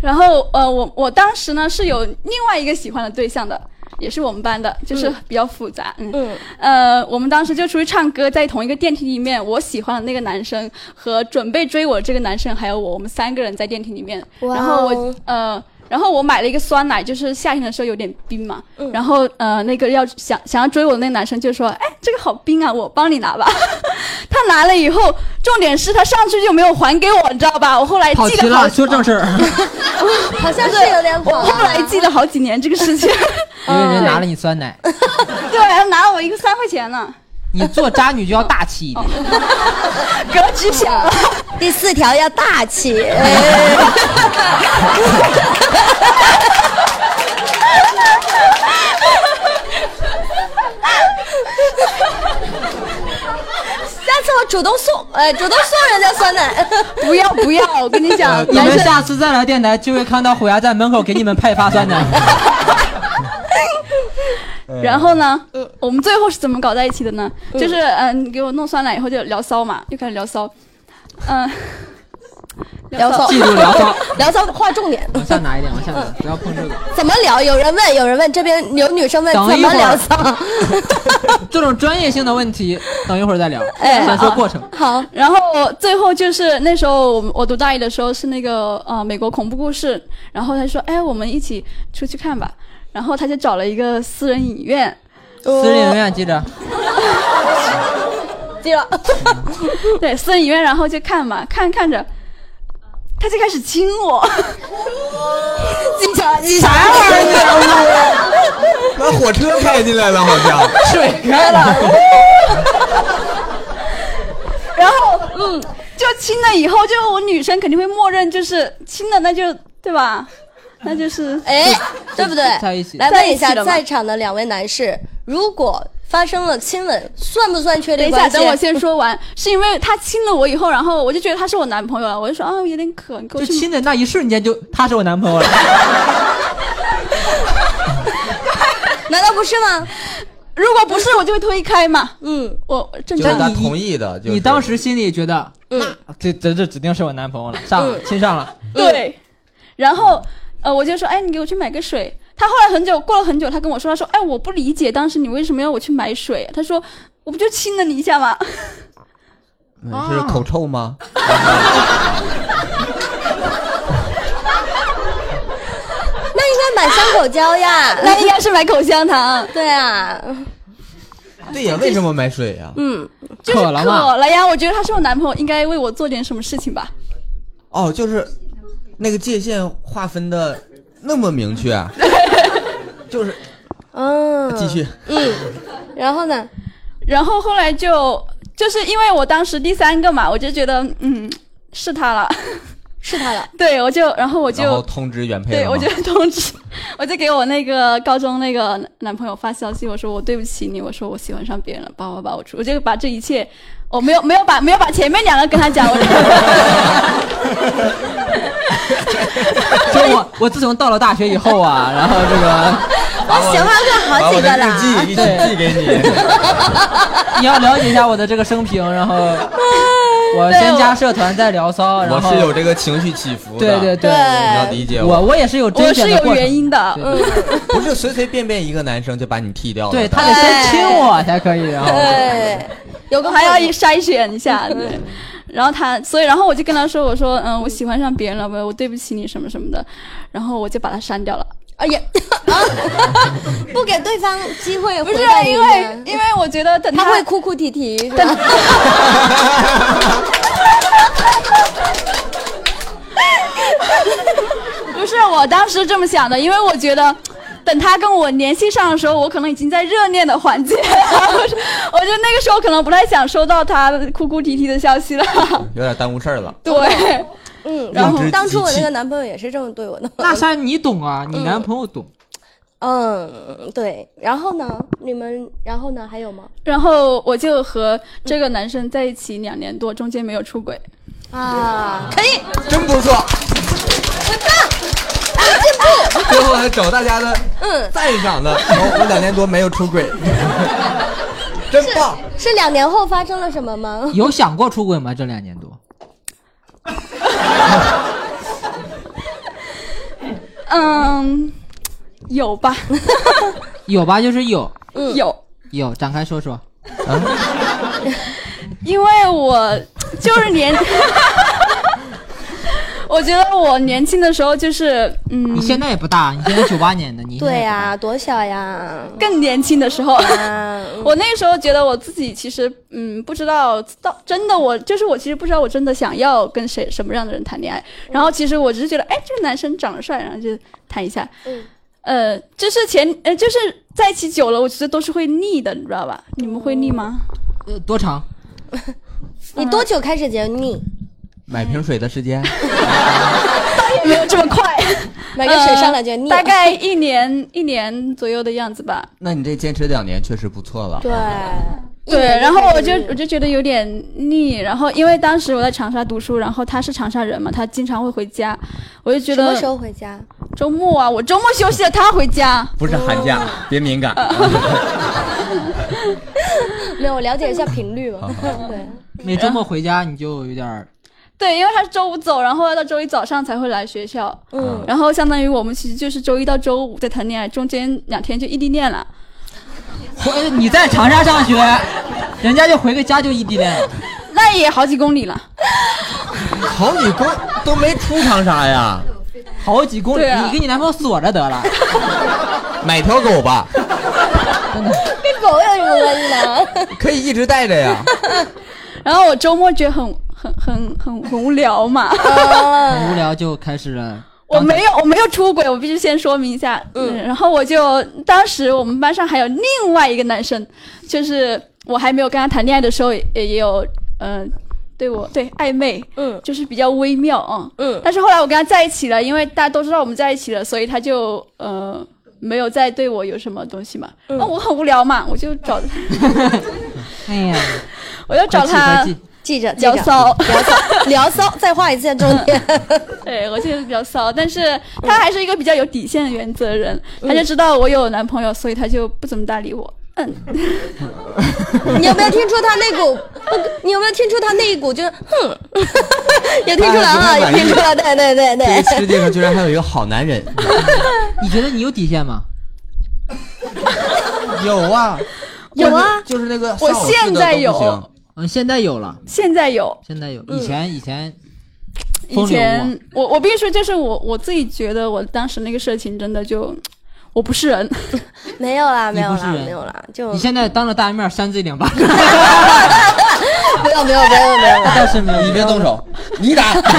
[SPEAKER 4] 然后呃，我我当时呢是有另外一个喜欢的对象的。也是我们班的，就是比较复杂，嗯，
[SPEAKER 8] 嗯
[SPEAKER 4] 呃，我们当时就出去唱歌，在同一个电梯里面，我喜欢的那个男生和准备追我的这个男生，还有我，我们三个人在电梯里面，
[SPEAKER 8] 哇哦
[SPEAKER 4] 然后我呃，然后我买了一个酸奶，就是夏天的时候有点冰嘛。
[SPEAKER 8] 嗯
[SPEAKER 4] 然后呃，那个要想想要追我的那个男生就说：“哎，这个好冰啊，我帮你拿吧。” 他拿了以后，重点是他上去就没有还给我，你知道吧？我后来
[SPEAKER 2] 跑
[SPEAKER 4] 记
[SPEAKER 2] 题
[SPEAKER 4] 得好哦
[SPEAKER 2] 了，，说正事儿，
[SPEAKER 8] 好像是有点
[SPEAKER 4] 我
[SPEAKER 8] 火啊。
[SPEAKER 4] 后来记得好几年这个事情。 嗯
[SPEAKER 2] 因为人拿了你酸奶，
[SPEAKER 4] 对，还拿了我一个三块钱呢，
[SPEAKER 2] 你做渣女就要大气一点。
[SPEAKER 4] 格局小啊了。
[SPEAKER 8] 第四条要大 气。哎下次我主动送，哎，主动送人家酸奶。
[SPEAKER 4] 不要不要，我 跟你讲，
[SPEAKER 2] 你呃们下次再来电台，就会看到虎牙在门口给你们派发酸奶。 嗯
[SPEAKER 4] 然 后呢，
[SPEAKER 8] 嗯
[SPEAKER 4] 我们最后是怎么搞在一起的呢？就是嗯，你给我弄酸奶以后就聊骚嘛，又开始聊骚，嗯、
[SPEAKER 8] 聊骚
[SPEAKER 2] 记住呃聊骚，
[SPEAKER 8] 聊骚划重点，
[SPEAKER 2] 往下拿一点，往下拿，不要碰这个。
[SPEAKER 8] 怎么聊？有人问，有人问，这边有女生问
[SPEAKER 2] 等
[SPEAKER 8] 怎
[SPEAKER 2] 一会
[SPEAKER 8] 么
[SPEAKER 2] 儿
[SPEAKER 8] 聊骚？
[SPEAKER 2] 这种专业性的问题，等一会儿再聊。
[SPEAKER 8] 哎
[SPEAKER 2] 先说过程，
[SPEAKER 8] 好，
[SPEAKER 4] 然后最后就是那时候我我读大一的时候是那个呃美国恐怖故事，然后他说哎我们一起出去看吧，然后他就找了一个私人影院，哎
[SPEAKER 2] 私人影院记着，
[SPEAKER 8] 记了。
[SPEAKER 4] 对私人影院，然后就看嘛，看看着，他就开始亲我，
[SPEAKER 8] 你啥你啥玩意儿？
[SPEAKER 6] 把火车开进来了，好像。
[SPEAKER 2] 水开了，
[SPEAKER 4] 然后嗯，就亲了以后，就我女生肯定会默认就是亲了，那就对吧？那就是
[SPEAKER 8] 哎，对 不对？
[SPEAKER 2] 在一起
[SPEAKER 8] 来问一
[SPEAKER 4] 在
[SPEAKER 8] 下
[SPEAKER 4] 一起了吗
[SPEAKER 8] 在场的两位男士，如果发生了亲吻，算不算确
[SPEAKER 4] 等
[SPEAKER 8] 立
[SPEAKER 4] 一下，
[SPEAKER 8] 关系？
[SPEAKER 4] 等我先说完，是因为他亲了我以后，然后我就觉得他是我男朋友了，我就说啊，我有点渴，你给我
[SPEAKER 2] 就
[SPEAKER 4] 去买
[SPEAKER 2] 亲的那一瞬间就他是我男朋友了。
[SPEAKER 8] 难道不是吗？
[SPEAKER 4] 如果不是，我就会推开嘛。
[SPEAKER 8] 嗯，
[SPEAKER 4] 我正
[SPEAKER 6] 就是
[SPEAKER 4] 常
[SPEAKER 6] 他同意的，就是
[SPEAKER 2] 你当时心里觉得，
[SPEAKER 8] 嗯
[SPEAKER 2] 那这这这指定是我男朋友了，上了
[SPEAKER 8] 嗯
[SPEAKER 2] 亲上了，
[SPEAKER 4] 对，然后呃，我就说，哎，你给我去买个水。他后来很久，过了很久，他跟我说，他说，哎，我不理解当时你为什么要我去买水。他说，我不就亲了你一下吗？
[SPEAKER 6] 嗯是口臭吗？
[SPEAKER 8] 那应该买香口胶呀。
[SPEAKER 4] 那应该是买口香糖，
[SPEAKER 8] 对啊，
[SPEAKER 6] 对呀，为什么买水呀？
[SPEAKER 8] 嗯，
[SPEAKER 4] 就是
[SPEAKER 2] 渴了吗
[SPEAKER 4] 渴了呀。我觉得他是我男朋友，应该为我做点什么事情吧。
[SPEAKER 6] 哦，就是那个界限划分的那么明确啊，就是
[SPEAKER 8] 嗯，
[SPEAKER 6] 继续，
[SPEAKER 8] 嗯，然后呢？
[SPEAKER 4] 然后后来就就是因为我当时第三个嘛，我就觉得嗯是他了，
[SPEAKER 8] 是他了，
[SPEAKER 4] 对我就然后我就
[SPEAKER 6] 然后通知原配了
[SPEAKER 4] 对，
[SPEAKER 6] 吗
[SPEAKER 4] 我就通知， 我就给我那个高中那个男朋友发消息，我说我对不起你，我说我喜欢上别人了，叭叭叭，我出，我就把这一切，我没有 没有把没有把前面两个跟他讲，我
[SPEAKER 2] 就我我自从到了大学以后啊，然后这个
[SPEAKER 8] 我喜欢过
[SPEAKER 6] 哦把
[SPEAKER 8] 好
[SPEAKER 6] 我的
[SPEAKER 8] 几个
[SPEAKER 6] 日
[SPEAKER 8] 了。
[SPEAKER 6] 记一起寄给 你。
[SPEAKER 2] 你要了解一下我的这个生平，然后我先加社团再聊骚，然
[SPEAKER 6] 我
[SPEAKER 2] 后
[SPEAKER 6] 是有这个情绪起伏的，
[SPEAKER 2] 对对
[SPEAKER 8] 对，
[SPEAKER 6] 你要理解
[SPEAKER 2] 我我也是有
[SPEAKER 4] 我
[SPEAKER 2] 甄选
[SPEAKER 4] 是
[SPEAKER 2] 的
[SPEAKER 4] 有
[SPEAKER 2] 过
[SPEAKER 4] 原
[SPEAKER 2] 程，
[SPEAKER 4] 因的，
[SPEAKER 2] 对
[SPEAKER 4] 嗯
[SPEAKER 6] 不是随随便便一个男生就把你剃掉了。
[SPEAKER 2] 对他得先亲我才可以，然后
[SPEAKER 8] 对，有个
[SPEAKER 4] 还要
[SPEAKER 8] 朋友
[SPEAKER 4] 筛选一下，对。然后他，所以然后我就跟他说，我说嗯，我喜欢上别人了，我我对不起你什么什么的，然后我就把他删掉了。
[SPEAKER 8] 哎呀，啊不给对方机会
[SPEAKER 4] 不
[SPEAKER 8] 回
[SPEAKER 4] 是啊
[SPEAKER 8] 答你
[SPEAKER 4] 因为因为我觉得等
[SPEAKER 8] 他会哭哭啼啼，是吧
[SPEAKER 4] 等不是我当时这么想的，因为我觉得。等他跟我联系上的时候，我可能已经在热恋的环节了， 我就我就那个时候可能不太想收到他哭哭啼啼的 消息了。
[SPEAKER 6] 有点耽误事儿了。
[SPEAKER 4] 对，
[SPEAKER 8] 嗯，
[SPEAKER 6] 然后
[SPEAKER 8] 当初我那个男朋友也是这么对我的。
[SPEAKER 2] 那山你懂啊，你男朋友懂，
[SPEAKER 8] 嗯，对。然后呢？你们然后呢？还有吗？
[SPEAKER 4] 然后我就和这个男生在一起两年多，中间没有出轨。
[SPEAKER 8] 啊，可以，
[SPEAKER 6] 真不错，很棒，进步。最后还找大家的
[SPEAKER 8] 嗯，
[SPEAKER 6] 赞赏的，我我两年多没有出 轨，真棒。
[SPEAKER 8] 是两年后发生了什么吗？
[SPEAKER 2] 有想过出轨吗？这两年多，
[SPEAKER 4] 嗯，有吧，
[SPEAKER 2] 有吧？就是有
[SPEAKER 8] 嗯
[SPEAKER 4] 有，
[SPEAKER 2] 有，展开说说。
[SPEAKER 4] 因为我就是年， 我觉得我年轻的时候就是嗯
[SPEAKER 2] 你，现在也不大，你现在九八年的，你现在
[SPEAKER 8] 对
[SPEAKER 2] 也不大
[SPEAKER 8] 呀、多小呀！
[SPEAKER 4] 更年轻的时候。
[SPEAKER 8] 啊，
[SPEAKER 4] 我那时候觉得我自己其实，嗯，不知道到真的我就是我其实不知道我真的想要跟谁什么样的人谈恋爱。
[SPEAKER 8] 嗯
[SPEAKER 4] 然后其实我只是觉得，哎，这个男生长得帅，然后就谈一下。
[SPEAKER 8] 嗯
[SPEAKER 4] 呃，就是前呃，就是在一起久了，我觉得都是会腻的，你知道吧？你们会腻吗？
[SPEAKER 2] 呃多长？
[SPEAKER 8] 你多久开始解腻？
[SPEAKER 6] 买瓶水的时间，
[SPEAKER 4] 没有这么快，
[SPEAKER 8] 买个水上来就腻了、
[SPEAKER 4] 呃大概一年 一年左右的样子吧。
[SPEAKER 6] 那你这坚持两年确实不错了。
[SPEAKER 8] 对。一
[SPEAKER 4] 对，
[SPEAKER 8] 年
[SPEAKER 4] 然后
[SPEAKER 8] 开始
[SPEAKER 4] 我就
[SPEAKER 8] 腻
[SPEAKER 4] 我就觉得有点腻，然后因为当时我在长沙读书，然后他是长沙人嘛，他经常会回家，我就觉
[SPEAKER 8] 什么
[SPEAKER 4] 得
[SPEAKER 8] 时候回家？
[SPEAKER 4] 周末啊，我周末休息了，他回家，
[SPEAKER 6] 不是寒假，别敏感。
[SPEAKER 8] 没有，我了解一下频率嘛。 对，
[SPEAKER 2] 每周末回家你就有点 儿
[SPEAKER 4] 对，因为他是周五走，然后要到周一早上才会来学校，
[SPEAKER 8] 嗯，
[SPEAKER 4] 然后相当于我们其实就是周一到周五在谈恋爱，中间两天就异地恋了。
[SPEAKER 2] 回你在长沙上学，人家就回个家就异地恋了。
[SPEAKER 4] 那也好几公里了，
[SPEAKER 6] 好，你公都没出长沙呀，
[SPEAKER 2] 好几公里，
[SPEAKER 4] 对啊
[SPEAKER 2] 你跟你男朋友锁着得了。
[SPEAKER 6] 买条狗吧，
[SPEAKER 8] 跟狗有什么关系呢？
[SPEAKER 6] 可以一直带着呀。
[SPEAKER 4] 然后我周末觉得很很很很很无聊 嘛。哦
[SPEAKER 10] 很无聊就开始了。
[SPEAKER 4] 嗯我没有，我没有出轨，我必须先说明一下。嗯，然后我就当时我们班上还有另外一个男生，就是我还没有跟他谈恋爱的时候，也也有呃，对我对暧昧，嗯，就是比较微妙啊，嗯。但是后来我跟他在一起了，因为大家都知道我们在一起了，所以他就呃没有再对我有什么东西嘛。那、我很无聊嘛，我就找，
[SPEAKER 10] 哎呀，
[SPEAKER 4] 我就找他
[SPEAKER 10] 快记快
[SPEAKER 8] 记
[SPEAKER 10] 记
[SPEAKER 8] 着，记
[SPEAKER 4] 聊
[SPEAKER 8] 着，
[SPEAKER 4] 骚。
[SPEAKER 8] 聊骚，聊 骚，再画一次重点。
[SPEAKER 4] 对，我确实比较骚，但是他还是一个比较有底线、原则的人，他就知道我有男朋友，所以他就不怎么搭理我。嗯，
[SPEAKER 8] 你有没有听出 他那股？你有没有听出他那一股就是哼？ 也听出
[SPEAKER 6] 哎
[SPEAKER 8] 来了，
[SPEAKER 2] 啊
[SPEAKER 6] 不太满意
[SPEAKER 8] 也听出来，对对对
[SPEAKER 6] 这
[SPEAKER 8] 对
[SPEAKER 6] 个。世界上居然还有一个好男 人，
[SPEAKER 10] 你觉得你有底线 吗？
[SPEAKER 6] 有啊，
[SPEAKER 8] 有啊
[SPEAKER 6] 就是那个
[SPEAKER 4] 我
[SPEAKER 6] 上市的
[SPEAKER 4] 现在
[SPEAKER 6] 都不
[SPEAKER 4] 有
[SPEAKER 6] 行
[SPEAKER 10] 嗯，现在有了，
[SPEAKER 4] 现在有，
[SPEAKER 10] 现在有，以前以前
[SPEAKER 4] 嗯以
[SPEAKER 10] 风流
[SPEAKER 4] 前我我必须说，就是我我自己觉得我当时那个事情真的就我不是人，
[SPEAKER 8] 没有啦，
[SPEAKER 4] 啊
[SPEAKER 8] 没有
[SPEAKER 10] 你不
[SPEAKER 8] 啦，
[SPEAKER 10] 是人
[SPEAKER 8] 没有啦，就
[SPEAKER 4] 嗯
[SPEAKER 10] 你现在当着大家面扇自己两巴掌，
[SPEAKER 8] 没有没有没有没有。
[SPEAKER 10] 倒是没有。
[SPEAKER 6] 你别动手，你打。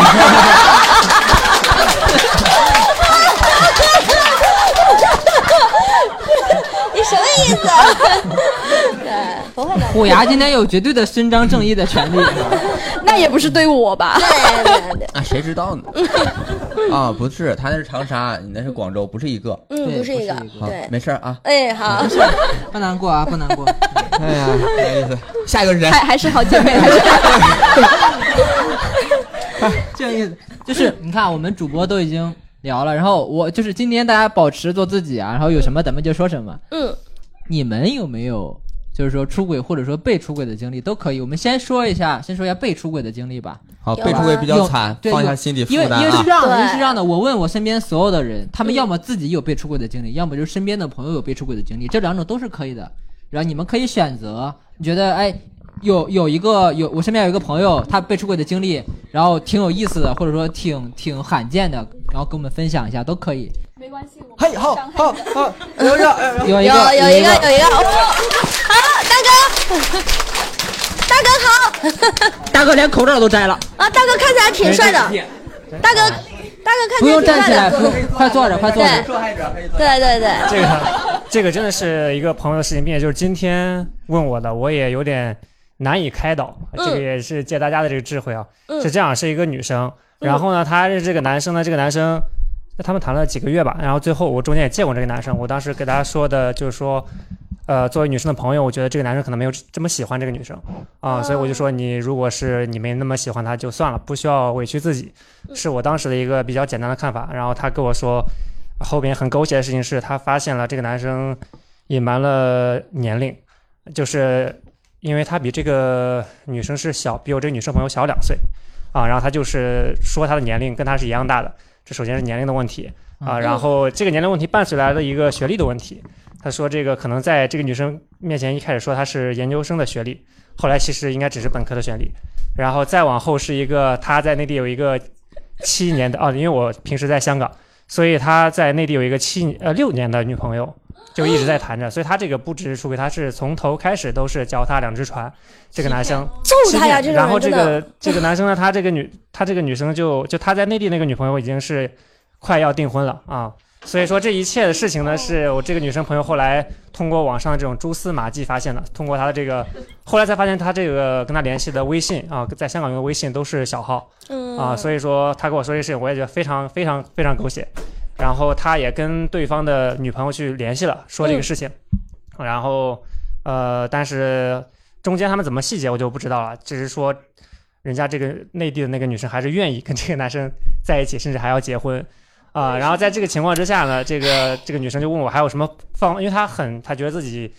[SPEAKER 8] 你什么意思啊？ 对，不会的。
[SPEAKER 10] 虎牙今天有绝对的伸张正义的权利。
[SPEAKER 4] 那也不是对我吧？
[SPEAKER 8] 对对对，
[SPEAKER 6] 啊，谁知道 呢？啊，不是，他那是长沙，你那是广州，不是一个。
[SPEAKER 8] 嗯，
[SPEAKER 10] 对
[SPEAKER 8] 不是一个
[SPEAKER 10] 不是一，
[SPEAKER 6] 好
[SPEAKER 8] 对，
[SPEAKER 6] 没事儿啊。
[SPEAKER 8] 哎，好，
[SPEAKER 10] 不难过啊，不难过。
[SPEAKER 6] 哎呀，没意思。下一个是谁？
[SPEAKER 4] 还还是好姐妹，还是
[SPEAKER 10] 这意思
[SPEAKER 2] 就是你看，我们主播都已经聊了，然后我就是今天大家保持做自己啊，然后有什么咱们就说什么。
[SPEAKER 8] 嗯，
[SPEAKER 2] 你们有没有就是说出轨或者说被出轨的经历都可以？我们先说一下，先说一下被出轨的经历吧。
[SPEAKER 6] 好，
[SPEAKER 8] 有啊
[SPEAKER 6] 被出轨比较惨，
[SPEAKER 2] 对，
[SPEAKER 6] 放
[SPEAKER 2] 有
[SPEAKER 6] 下心理负
[SPEAKER 2] 因为
[SPEAKER 6] 担
[SPEAKER 2] 因为是
[SPEAKER 6] 啊
[SPEAKER 2] 这。样的，因为
[SPEAKER 8] 对
[SPEAKER 2] 是这样的。我问我身边所有的人，他
[SPEAKER 8] 嗯
[SPEAKER 2] 们要么自己有被出轨的经历，要么就是身边的朋友有被出轨的经历，这两种都是可以的。然后你们可以选择，你觉得哎，有有一个有我身边有一个朋友，他被出轨的经历，然后挺有意思的，或者说挺挺罕见的，然后跟我们分享一下都可以。
[SPEAKER 4] 没关系，我
[SPEAKER 6] 嘿，好好好，
[SPEAKER 8] 嗯
[SPEAKER 6] 有有
[SPEAKER 2] 有
[SPEAKER 6] 有
[SPEAKER 8] 有
[SPEAKER 2] 一个
[SPEAKER 8] 有一
[SPEAKER 2] 一
[SPEAKER 8] 个有一个，哦好，大哥，大哥好
[SPEAKER 10] 大哥连口罩都摘了，
[SPEAKER 8] 啊，大哥看起来挺帅的，大哥，大哥看
[SPEAKER 2] 不
[SPEAKER 8] 起来
[SPEAKER 2] 用
[SPEAKER 8] 挺
[SPEAKER 2] 站起
[SPEAKER 8] 帅
[SPEAKER 2] 来，不
[SPEAKER 8] 的
[SPEAKER 2] 用，，快坐着，快坐着
[SPEAKER 8] 对。对对对，
[SPEAKER 11] 这个，这个真的是一个朋友的事情，并且就是今天问我的，我也有点难以开导。这个也是借大家的这个智慧啊。
[SPEAKER 8] 嗯
[SPEAKER 11] 是这样，是一个女生，然后呢，她是这个男生呢，这个男生。他们谈了几个月吧，然后最后我中间也见过这个男生，我当时给他说的就是说，呃，作为女生的朋友，我觉得这个男生可能没有这么喜欢这个女生啊、所以我就说你如果是你没那么喜欢他就算了，不需要委屈自己，是我当时的一个比较简单的看法。然后他跟我说，后边很狗血的事情是他发现了这个男生隐瞒了年龄，就是因为他比这个女生是小，比我这个女生朋友小两岁啊，然后他就是说她的年龄跟她是一样大的，这首先是年龄的问题
[SPEAKER 8] 嗯
[SPEAKER 11] 啊，
[SPEAKER 8] 哦
[SPEAKER 11] 然后这个年龄问题伴随来了一个学历的问题。他说这个可能在这个女生面前一开始说她是研究生的学历，后来其实应该只是本科的学历，然后再往后是一个他在内地有一个七年的啊，因为我平时在香港，所以他在内地有一个七呃六年的女朋友，就一直在谈着，所以他这个不只是出轨，他是从头开始都是脚踏两只船，这个男生
[SPEAKER 8] 揍他呀，
[SPEAKER 11] 欺骗
[SPEAKER 8] 这种
[SPEAKER 11] 然后这
[SPEAKER 8] 人真的，
[SPEAKER 11] 个这个男生呢，他这个女他这个女生就就他在内地那个女朋友已经是快要订婚了啊，所以说这一切的事情呢，是我这个女生朋友后来通过网上这种蛛丝马迹发现的，通过她的这个后来才发现她这个跟她联系的微信啊，在香港用的微信都是小号，
[SPEAKER 8] 嗯
[SPEAKER 11] 啊，所以说他跟我说这个事情，我也觉得非常非常非常狗血。然后他也跟对方的女朋友去联系了，说这个事情。然后呃，但是中间他们怎么细节我就不知道了，只是说人家这个内地的那个女生还是愿意跟这个男生在一起，甚至还要结婚。啊、然后在这个情况之下呢，这个这个女生就问我还有什么方，因为她很，她觉得自己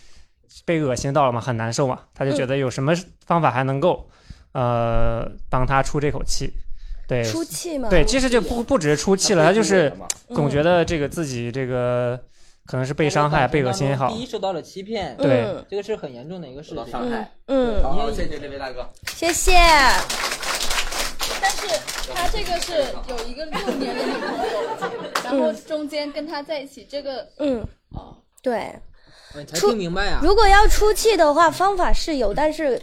[SPEAKER 11] 被恶心到了嘛，很难受嘛，她
[SPEAKER 8] 嗯
[SPEAKER 11] 就觉得有什么方法还能够，呃，帮她出这口气，对，
[SPEAKER 8] 出气嘛，
[SPEAKER 11] 对，其实就不不只是出气了，他就是总觉
[SPEAKER 8] 得
[SPEAKER 11] 得这个自己这个可能是被伤害、被恶心也好
[SPEAKER 10] 第，一受到了欺骗，
[SPEAKER 11] 对
[SPEAKER 6] 嗯
[SPEAKER 10] 这个是很严重的一个事情。
[SPEAKER 8] 嗯嗯，
[SPEAKER 6] 好，谢谢这位大哥。
[SPEAKER 2] 哦
[SPEAKER 8] 谢谢，
[SPEAKER 4] 但是 他这个是有一个六年的女朋友，然
[SPEAKER 9] 嗯
[SPEAKER 4] 后中间跟他在一起，这个
[SPEAKER 8] 嗯，
[SPEAKER 4] 哦，
[SPEAKER 8] 对，
[SPEAKER 10] 你
[SPEAKER 2] 啊
[SPEAKER 10] 才听明白呀、
[SPEAKER 8] 如果要出气的话，方法是有，但是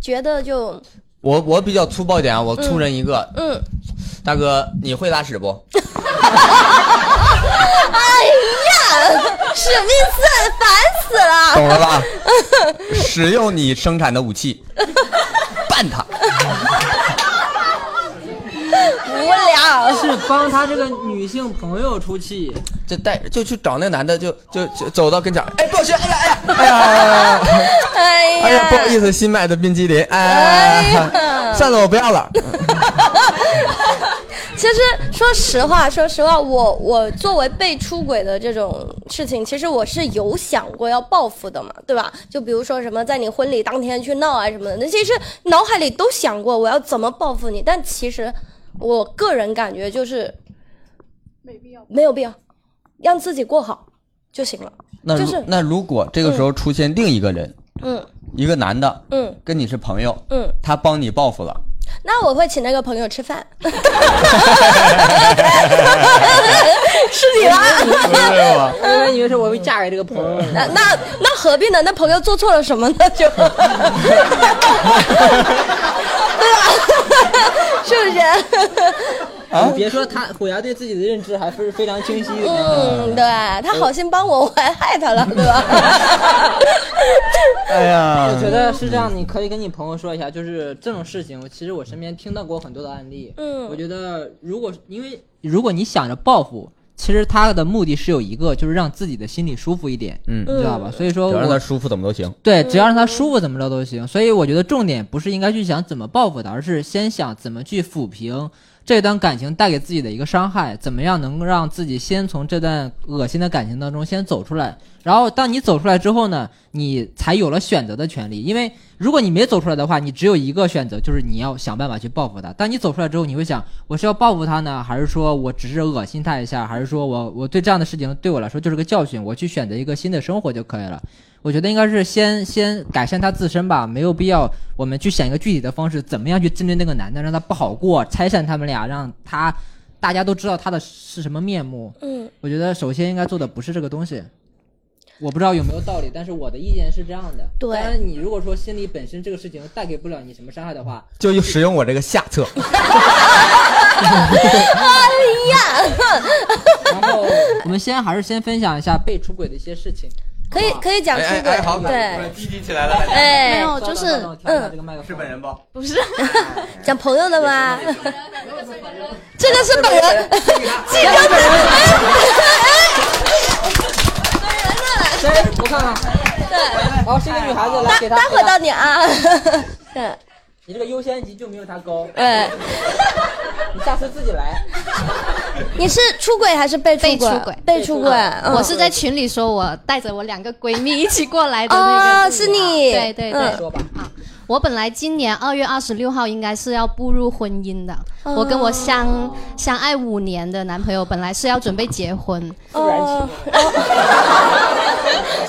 [SPEAKER 8] 觉得就
[SPEAKER 6] 我我比较粗暴一点啊，我粗人一个。
[SPEAKER 8] 嗯，
[SPEAKER 6] 大哥，你会拉屎不？
[SPEAKER 8] 哎呀，史密斯，烦死了，
[SPEAKER 6] 懂了 吧？使用你生产的武器，办他。
[SPEAKER 8] 无聊，
[SPEAKER 2] 是帮他这个女性朋友出气。
[SPEAKER 6] 就带就去找那男的，就就就走到跟前儿，哎，不好意思，哎呀，哎呀，
[SPEAKER 8] 哎
[SPEAKER 6] 哎呀，哎呀，不好意思，新买的冰激凌，哎，
[SPEAKER 8] 呃
[SPEAKER 6] 算了，我不要了。
[SPEAKER 8] 其实说实话，说实话，我我作为被出轨的这种事情，其实我是有想过要报复的嘛，对吧？就比如说什么在你婚礼当天去闹啊什么的，那其实脑海里都想过我要怎么报复你，但其实我个人感觉就是
[SPEAKER 12] 没必要。
[SPEAKER 8] 没有必要，让自己过好就行了。
[SPEAKER 6] 那
[SPEAKER 8] 就
[SPEAKER 6] 如
[SPEAKER 8] 是
[SPEAKER 6] 那如果这个时候出现另一个人，
[SPEAKER 8] 嗯
[SPEAKER 6] 一个男的
[SPEAKER 8] 嗯
[SPEAKER 6] 跟你是朋友，
[SPEAKER 8] 嗯，
[SPEAKER 6] 他帮你报 复了，
[SPEAKER 8] 那我会请那个朋友 吃饭。 是 你吧？
[SPEAKER 2] 我原来嗯以为是我会嫁给这个朋友，
[SPEAKER 8] 嗯那那那何必呢？那朋友做错了什么呢？ 就，对吧？是不是？
[SPEAKER 2] 你别说他虎牙对自己的认知还是非常清晰的。
[SPEAKER 8] 嗯，对他好心帮我，我还害他了，对吧？
[SPEAKER 6] 哎呀
[SPEAKER 2] 我觉得是这样，你可以跟你朋友说一下，就是这种事情，我其实我身边听到过很多的案例。
[SPEAKER 8] 嗯
[SPEAKER 2] 我觉得如果因为 如果你想着报复，其实他的目的是有一个，就是让自己的心里舒服一点，
[SPEAKER 6] 嗯
[SPEAKER 2] 你知道吧？所以说
[SPEAKER 6] 只要让
[SPEAKER 2] 我
[SPEAKER 6] 他舒服怎么都行。
[SPEAKER 2] 对，只要让他舒服，怎么着都行。所以我觉得重点不是应该去想怎么报复他，而是先想怎么去抚平这段感情带给自己的一个伤害，怎么样能让自己先从这段恶心的感情当中先走出来。然后，当你走出来之后呢，你才有了选择的权利。因为如果你没走出来的话，你只有一个选择，就是你要想办法去报复他。当你走出来之后，你会想，我是要报复他呢，还是说我只是恶心他一下，还是说我我对这样的事情对我来说就是个教训，我去选择一个新的生活就可以了。我觉得应该是先先改善他自身吧，没有必要我们去想一个具体的方式，怎么样去针对那个男的，让他不好过，拆散他们俩，让他大家都知道他的是什么面目。
[SPEAKER 8] 嗯，
[SPEAKER 2] 我觉得首先应该做的不是这个东西，我不知道有没有道理，但是我的意见是这样的。
[SPEAKER 8] 对
[SPEAKER 2] 当然你如果说心里本身这个事情带给不了你什么伤害的 话，
[SPEAKER 6] 就使用我这个下策，
[SPEAKER 8] 哎呀，
[SPEAKER 2] 然后我们先还是先分享一下被出轨的一些事情。
[SPEAKER 8] 可以可以讲出
[SPEAKER 6] 哎
[SPEAKER 8] 轨
[SPEAKER 6] 哎，好，，
[SPEAKER 8] 对，
[SPEAKER 6] 积极起来了，大家
[SPEAKER 12] 没
[SPEAKER 8] 哎，嗯
[SPEAKER 12] 有，就是
[SPEAKER 2] 稍等我调一下这个麦克
[SPEAKER 6] 是
[SPEAKER 2] 风
[SPEAKER 6] 本人不？
[SPEAKER 12] 不是
[SPEAKER 8] 讲朋友的吧。这个是本人，这个是本 人，
[SPEAKER 2] 哎 谁？哎我看看。对。哦，是一个女孩子，来给她。
[SPEAKER 8] 待会
[SPEAKER 2] 给
[SPEAKER 8] 儿
[SPEAKER 2] 她
[SPEAKER 8] 到 你啊。对，
[SPEAKER 2] 你这个优先级就没有她高，
[SPEAKER 8] 哎，
[SPEAKER 2] 你下次自己来。
[SPEAKER 8] 你是出轨还是被出
[SPEAKER 7] 被出
[SPEAKER 8] 轨？
[SPEAKER 7] 轨
[SPEAKER 8] 被出轨，嗯
[SPEAKER 7] 我是在群里说，我带着我两个闺蜜一起过来的那
[SPEAKER 8] 哦，
[SPEAKER 7] 个。啊
[SPEAKER 8] 是你，
[SPEAKER 7] 对对对
[SPEAKER 8] 嗯
[SPEAKER 2] 说吧，
[SPEAKER 7] 我本来今年二月二十六号应该是要步入婚姻的，
[SPEAKER 8] 哦
[SPEAKER 7] 我跟我相相爱五年的男朋友本来是要准备结婚，
[SPEAKER 8] 哦，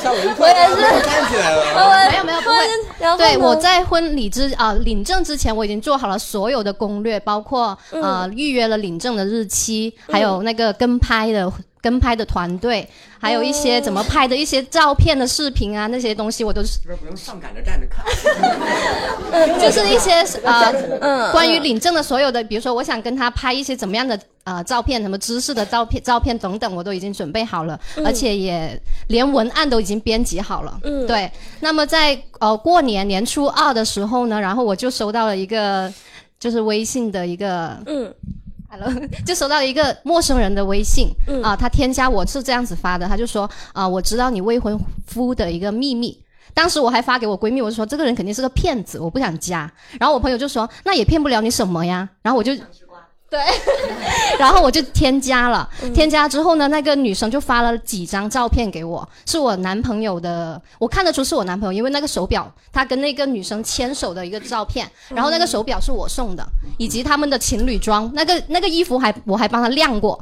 [SPEAKER 2] 吓我一跳。
[SPEAKER 8] 我也是，
[SPEAKER 6] 站起来了，
[SPEAKER 8] 我
[SPEAKER 7] 没有没有不会
[SPEAKER 8] 然后呢
[SPEAKER 7] 对，我在婚礼之啊、领证之前，我已经做好了所有的攻略，包括
[SPEAKER 8] 嗯
[SPEAKER 7] 呃预约了领证的日期，还有那个跟拍的跟拍的团队，还有一些怎么拍的一些照片的视频啊，那些东西我都是
[SPEAKER 6] 这边不用上赶着站着看。
[SPEAKER 7] 就是一些呃
[SPEAKER 8] 嗯
[SPEAKER 7] 关于领证的所有的，比如说我想跟他拍一些怎么样的呃照片，什么姿势的照片、照片等等，我都已经准备好了，而且也连文案都已经编辑好了。
[SPEAKER 8] 嗯
[SPEAKER 7] 对。那么在呃过年年初二的时候呢，然后我就收到了一个就是微信的一个
[SPEAKER 8] 嗯
[SPEAKER 7] hello，就 收到了一个陌生人的微信，
[SPEAKER 8] 嗯
[SPEAKER 7] 啊，他添加我是这样子发的，他就说啊，我知道你未婚夫的一个秘密。当时我还发给我闺蜜，我就说这个人肯定是个骗子，我不想加。然后我朋友就说那也骗不了你什么呀。然后我就对，然后我就添加了。添加之后呢，那个女生就发了几张照片给我，是我男朋友的，我看得出是我男朋友，因为那个手表他跟那个女生牵手的一个照片，然后那个手表是我送的，以及他们的情侣装，那个那个衣服还我还帮他晾过。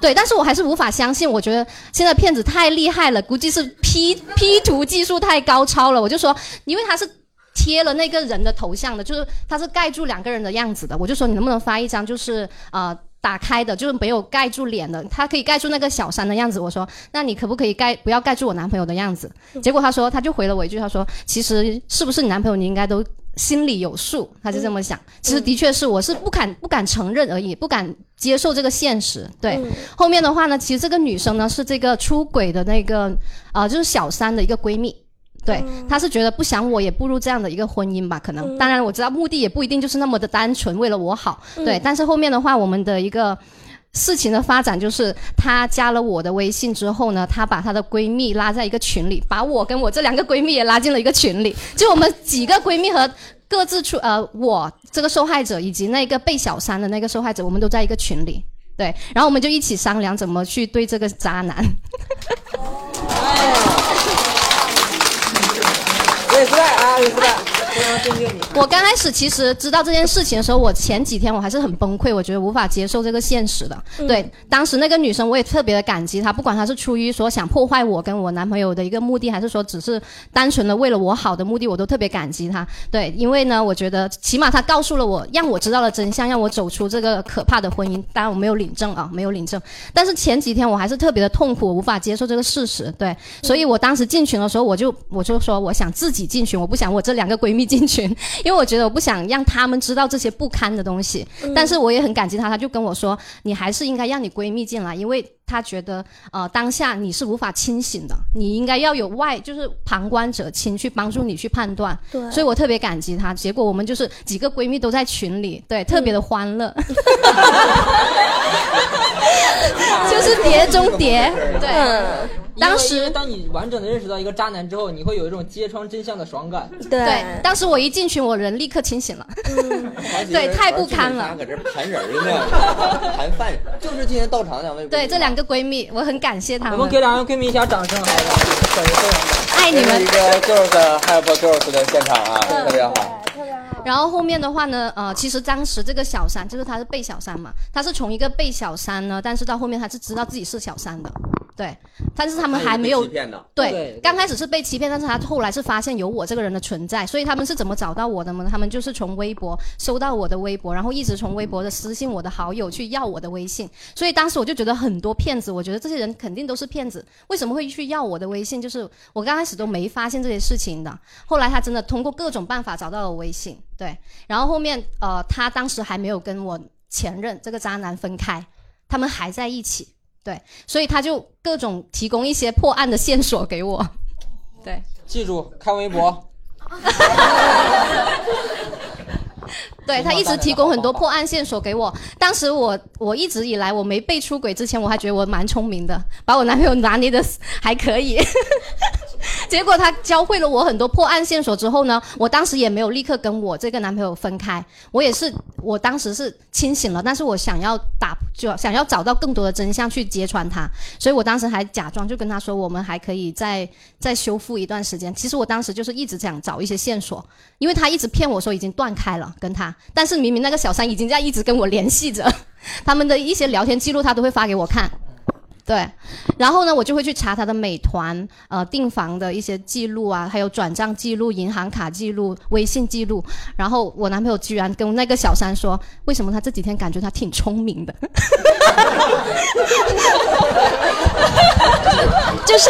[SPEAKER 7] 对，但是我还是无法相信，我觉得现在骗子太厉害了，估计是 P P 图技术太高超了。我就说，因为他是贴了那个人的头像的，就是他是盖住两个人的样子的，我就说你能不能发一张就是呃打开的，就是没有盖住脸的，他可以盖住那个小三的样子。我说那你可不可以盖不要盖住我男朋友的样子？结果他说他就回了我一句，他说其实是不是你男朋友你应该都心里有数，他就这么想。其实的确是，我是不敢不敢承认而已，不敢接受这个现实。对，后面的话呢，其实这个女生呢是这个出轨的那个啊、呃就是小三的一个闺蜜。对，她是觉得不想我也步入这样的一个婚姻吧，可能。当然我知道目的也不一定就是那么的单纯，为了我好。对，但是后面的话，我们的一个。事情的发展就是，她加了我的微信之后呢，她把她的闺蜜拉在一个群里，把我跟我这两个闺蜜也拉进了一个群里， 就我们几个闺蜜和各自出呃，我这个受害者以及那个被小三的那个受害者，我们都在一个群里。对，然后我们就一起商量怎么去对这个渣男。
[SPEAKER 13] 也不赖啊，也不赖，非常尊敬你。
[SPEAKER 7] 我刚开始其实知道这件事情的时候，我前几天我还是很崩溃，我觉得无法接受这个现实的。对，当时那个女生我也特别的感激她，不管她是出于说想破坏我跟我男朋友的一个目的，还是说只是单纯的为了我好的目的，我都特别感激她。对，因为呢，我觉得起码她告诉了我，让我知道了真相，让我走出这个可怕的婚姻。当然我没有领证啊，没有领证。但是前几天我还是特别的痛苦，我无法接受这个事实。对，所以我当时进群的时候，我就我就说我想自己进群，我不想我这两个闺蜜进群， 因为我觉得我不想让她们知道这些不堪的东西。但是我也很感激她，她就跟我说，你还是应该让你闺蜜进来，因为她觉得呃当下你是无法清醒的，你应该要有外就是旁观者清去帮助你去判断。
[SPEAKER 13] 对
[SPEAKER 7] 所以我特别感激她。结果我们就是几个闺蜜都在群里，对，特别的欢乐。 就是碟中谍，对。
[SPEAKER 13] 嗯
[SPEAKER 7] 当时
[SPEAKER 10] 因为当你完整的认识到一个渣男之后，你会有一种揭穿真相的爽感。
[SPEAKER 7] 对，当时我一进群，我人立刻清醒了。
[SPEAKER 10] 嗯
[SPEAKER 7] 对 太不堪了
[SPEAKER 6] 搁这盘人儿呢，盘饭人，就是今天到场两位。
[SPEAKER 7] 对，这两个闺蜜，我很感谢她
[SPEAKER 10] 我
[SPEAKER 7] 们。
[SPEAKER 10] 们给两位闺蜜一下掌声，好吧？
[SPEAKER 7] 爱你
[SPEAKER 6] 这是
[SPEAKER 7] 们
[SPEAKER 6] 一。个 girls 的 help girls 的现场啊，特别好。
[SPEAKER 7] 然后后面的话呢，呃，其实当时这个小三，就是她是被小三嘛，她是从一个被小三呢，但是到后面她是知道自己是小三的，对。但是他们还没有
[SPEAKER 6] 被欺骗的，
[SPEAKER 10] 对
[SPEAKER 7] 对，刚开始是被欺骗，但是他后来是发现有我这个人的存在，所以他们是怎么找到我的呢？他们就是从微博收到我的微博，然后一直从微博的私信我的好友去要我的微信，所以当时我就觉得很多骗子，我觉得这些人肯定都是骗子，为什么会去要我的微信？就是我刚开始都没发现这些事情的，后来他真的通过各种办法找到了我微信，对，然后后面呃，他当时还没有跟我前任这个渣男分开，他们还在一起。对，所以他就各种提供一些破案的线索给我。
[SPEAKER 10] 记住看 微博，
[SPEAKER 7] 对他一直提供很多破案线索给我。当时我我一直以来我没被出轨之前，我还觉得我蛮聪明的，把我男朋友拿捏的还可以。结果他教会了我很多破案线索之后呢，我当时也没有立刻跟我这个男朋友分开，我也是我当时是清醒了，但是我想要打就想要找到更多的真相去揭穿他，所以我当时还假装就跟他说我们还可以再再修复一段时间。其实我当时就是一直想找一些线索，因为他一直骗我说已经断开了跟他，但是明明那个小三已经在一直跟我联系着， 他们的一些聊天记录他都会发给我看。对，然后呢，我就会去查他的美团呃订房的一些记录啊，还有转账记录、银行卡记录、微信记录。然后我男朋友居然跟那个小三说，为什么他这几天感觉他挺聪明的？
[SPEAKER 13] 就是，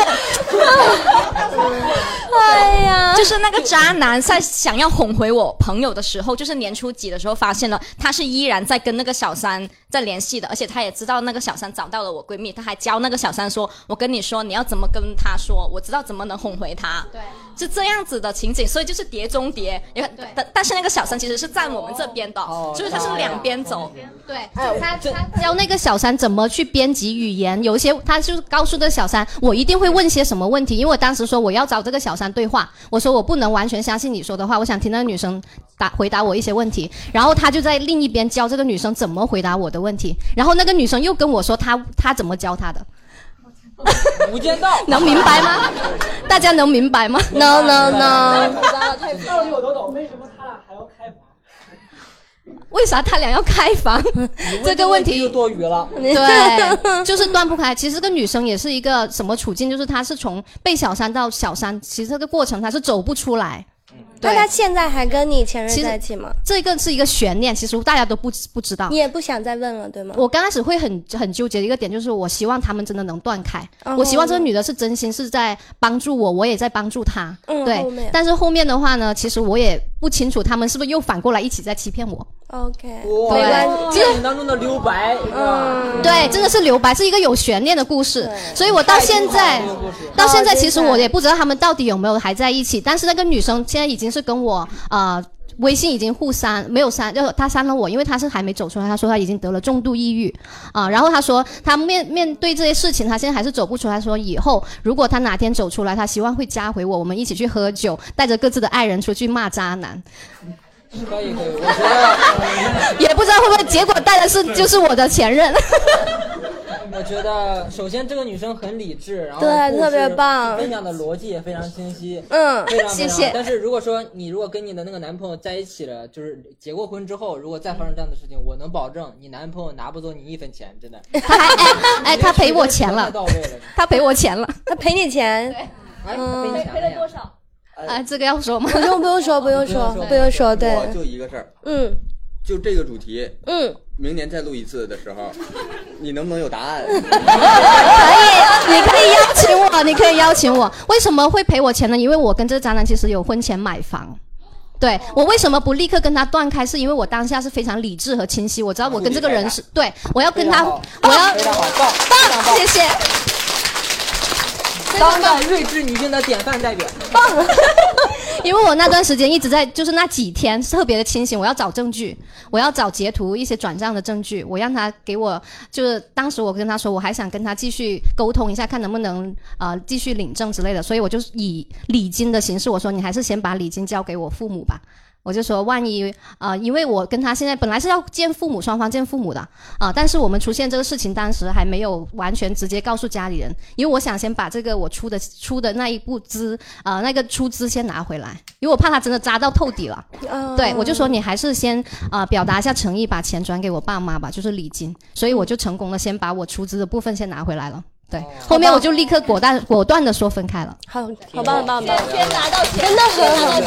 [SPEAKER 13] 哎呀，就是那个渣男在想要哄回我朋友的时候，就是年初几的时候发现了，他是依然在跟那个小三在联系的，而且他也知道那个小三找到了我闺蜜，他还教那个小三说：“我跟你说，你要怎么跟他说，我知道怎么能哄回他。”对，是这样子的情景，所以就是碟中谍。也但但是那个小三其实是站我们这边的，
[SPEAKER 8] 哦
[SPEAKER 13] 就是他是两边走。
[SPEAKER 7] 对，
[SPEAKER 8] 哎
[SPEAKER 7] 他他教那个小三怎么去编辑语言，有一些他就是告诉这个小三，我一定会问些什么问题，因为我当时说我要找这个小三对话，我说我不能完全相信你说的话，我想听那个女生答回答我一些问题，然后他就在另一边教这个女生怎么回答我的问题，然后那个女生又跟我说她她怎么教她的，
[SPEAKER 10] 《无间道》
[SPEAKER 7] 能明白吗？ 大家能明白吗？No No No，为啥他俩要开房？这个问题
[SPEAKER 10] 又多余了。
[SPEAKER 7] 对，就是断不开。其实这个女生也是一个什么处境，就是她是从被小三到小三，其实这个过程她是走不出来。
[SPEAKER 8] 那他现在还跟你前任
[SPEAKER 7] 其实
[SPEAKER 8] 在一起吗？
[SPEAKER 7] 这个是一个悬念，其实大家都不不知道
[SPEAKER 8] 你。也不想再问了，对吗？
[SPEAKER 7] 我刚开始会很很纠结的一个点，就是我希望他们真的能断开。
[SPEAKER 8] 哦
[SPEAKER 7] 我希望这个女的是真心是在帮助我，我也在帮助她。
[SPEAKER 8] 嗯
[SPEAKER 7] 对
[SPEAKER 8] 后面。
[SPEAKER 7] 但是后面的话呢，其实我也不清楚他们是不是又反过来一起在欺骗我。
[SPEAKER 8] OK，
[SPEAKER 7] 对
[SPEAKER 8] 没关系，
[SPEAKER 7] 这
[SPEAKER 2] 电影当中的留白，嗯，
[SPEAKER 7] 对，这个是留白，是一个有悬念的故事，所以我到现在，到现在其实我也不知道他们到底有没有还在一起。但是那个女生现在已经是跟我呃微信已经互删，没有删，就她删了我，因为她是还没走出来，她说她已经得了重度抑郁啊、然后她说她面面对这些事情，她现在还是走不出来，说以后如果她哪天走出来，她希望会加回我，我们一起去喝酒，带着各自的爱人出去骂渣男。
[SPEAKER 2] 可以可以，我觉得
[SPEAKER 7] 也不知道会不会结果带的是就是我的前任。
[SPEAKER 2] 我觉得首先这个女生很理智，然后
[SPEAKER 8] 对
[SPEAKER 2] 故事
[SPEAKER 8] 特别棒
[SPEAKER 2] 分享的逻辑也非常清晰，
[SPEAKER 8] 嗯
[SPEAKER 2] 非常非常
[SPEAKER 8] 谢谢
[SPEAKER 2] 但是如果说你如果跟你的那个男朋友在一起了，就是结过婚之后，如果再发生这样的事情，我能保证你男朋友拿不走你一分钱，真的。
[SPEAKER 7] 他还哎哎，他赔我钱
[SPEAKER 2] 太
[SPEAKER 7] 了，
[SPEAKER 2] 到位了，
[SPEAKER 7] 他赔我钱了。
[SPEAKER 8] 他赔你钱，
[SPEAKER 2] 赔你
[SPEAKER 8] 嗯，
[SPEAKER 2] 钱了呀。
[SPEAKER 7] 少？啊，这个要说吗？
[SPEAKER 8] 不用不用说，不用说，不用说，对，
[SPEAKER 6] 我就一个事儿，
[SPEAKER 8] 嗯
[SPEAKER 6] 就这个主题，
[SPEAKER 8] 嗯，
[SPEAKER 6] 明年再录一次的时候，你能不能有答案？
[SPEAKER 7] 可以，哎你可以邀请我，你可以邀请我。为什么会赔我钱呢？因为我跟这个渣男其实有婚前买房。对我为什么不立刻跟他断开？是因为我当下是非常理智和清晰，我知道我跟这个人
[SPEAKER 2] 哦
[SPEAKER 7] 是对，我要跟他，我要
[SPEAKER 2] 非常好，棒，
[SPEAKER 7] 棒，谢谢。
[SPEAKER 2] 当代睿智女性的典范代表。
[SPEAKER 8] 啊
[SPEAKER 7] 因为我那段时间一直在，就是那几天特别的清醒，我要找证据，我要找截图一些转账的证据，我让他给我，就是当时我跟他说，我还想跟他继续沟通一下，看能不能呃继续领证之类的，所以我就以礼金的形式，我说你还是先把礼金交给我父母吧。我就说，万一呃，因为我跟他现在本来是要见父母，双方见父母的啊、但是我们出现这个事情，当时还没有完全直接告诉家里人，因为我想先把这个我出的出的那一步资啊、呃那个出资先拿回来，因为我怕他真的扎到透底了。
[SPEAKER 8] 嗯
[SPEAKER 7] 对，我就说你还是先啊、呃表达一下诚意，把钱转给我爸妈吧，就是礼金，所以我就成功的先把我出资的部分先拿回来了。对，后面我就立刻果断果断的说分开了。
[SPEAKER 8] 好，好棒，好棒，好棒，
[SPEAKER 2] 先拿
[SPEAKER 8] 到钱，真的很好，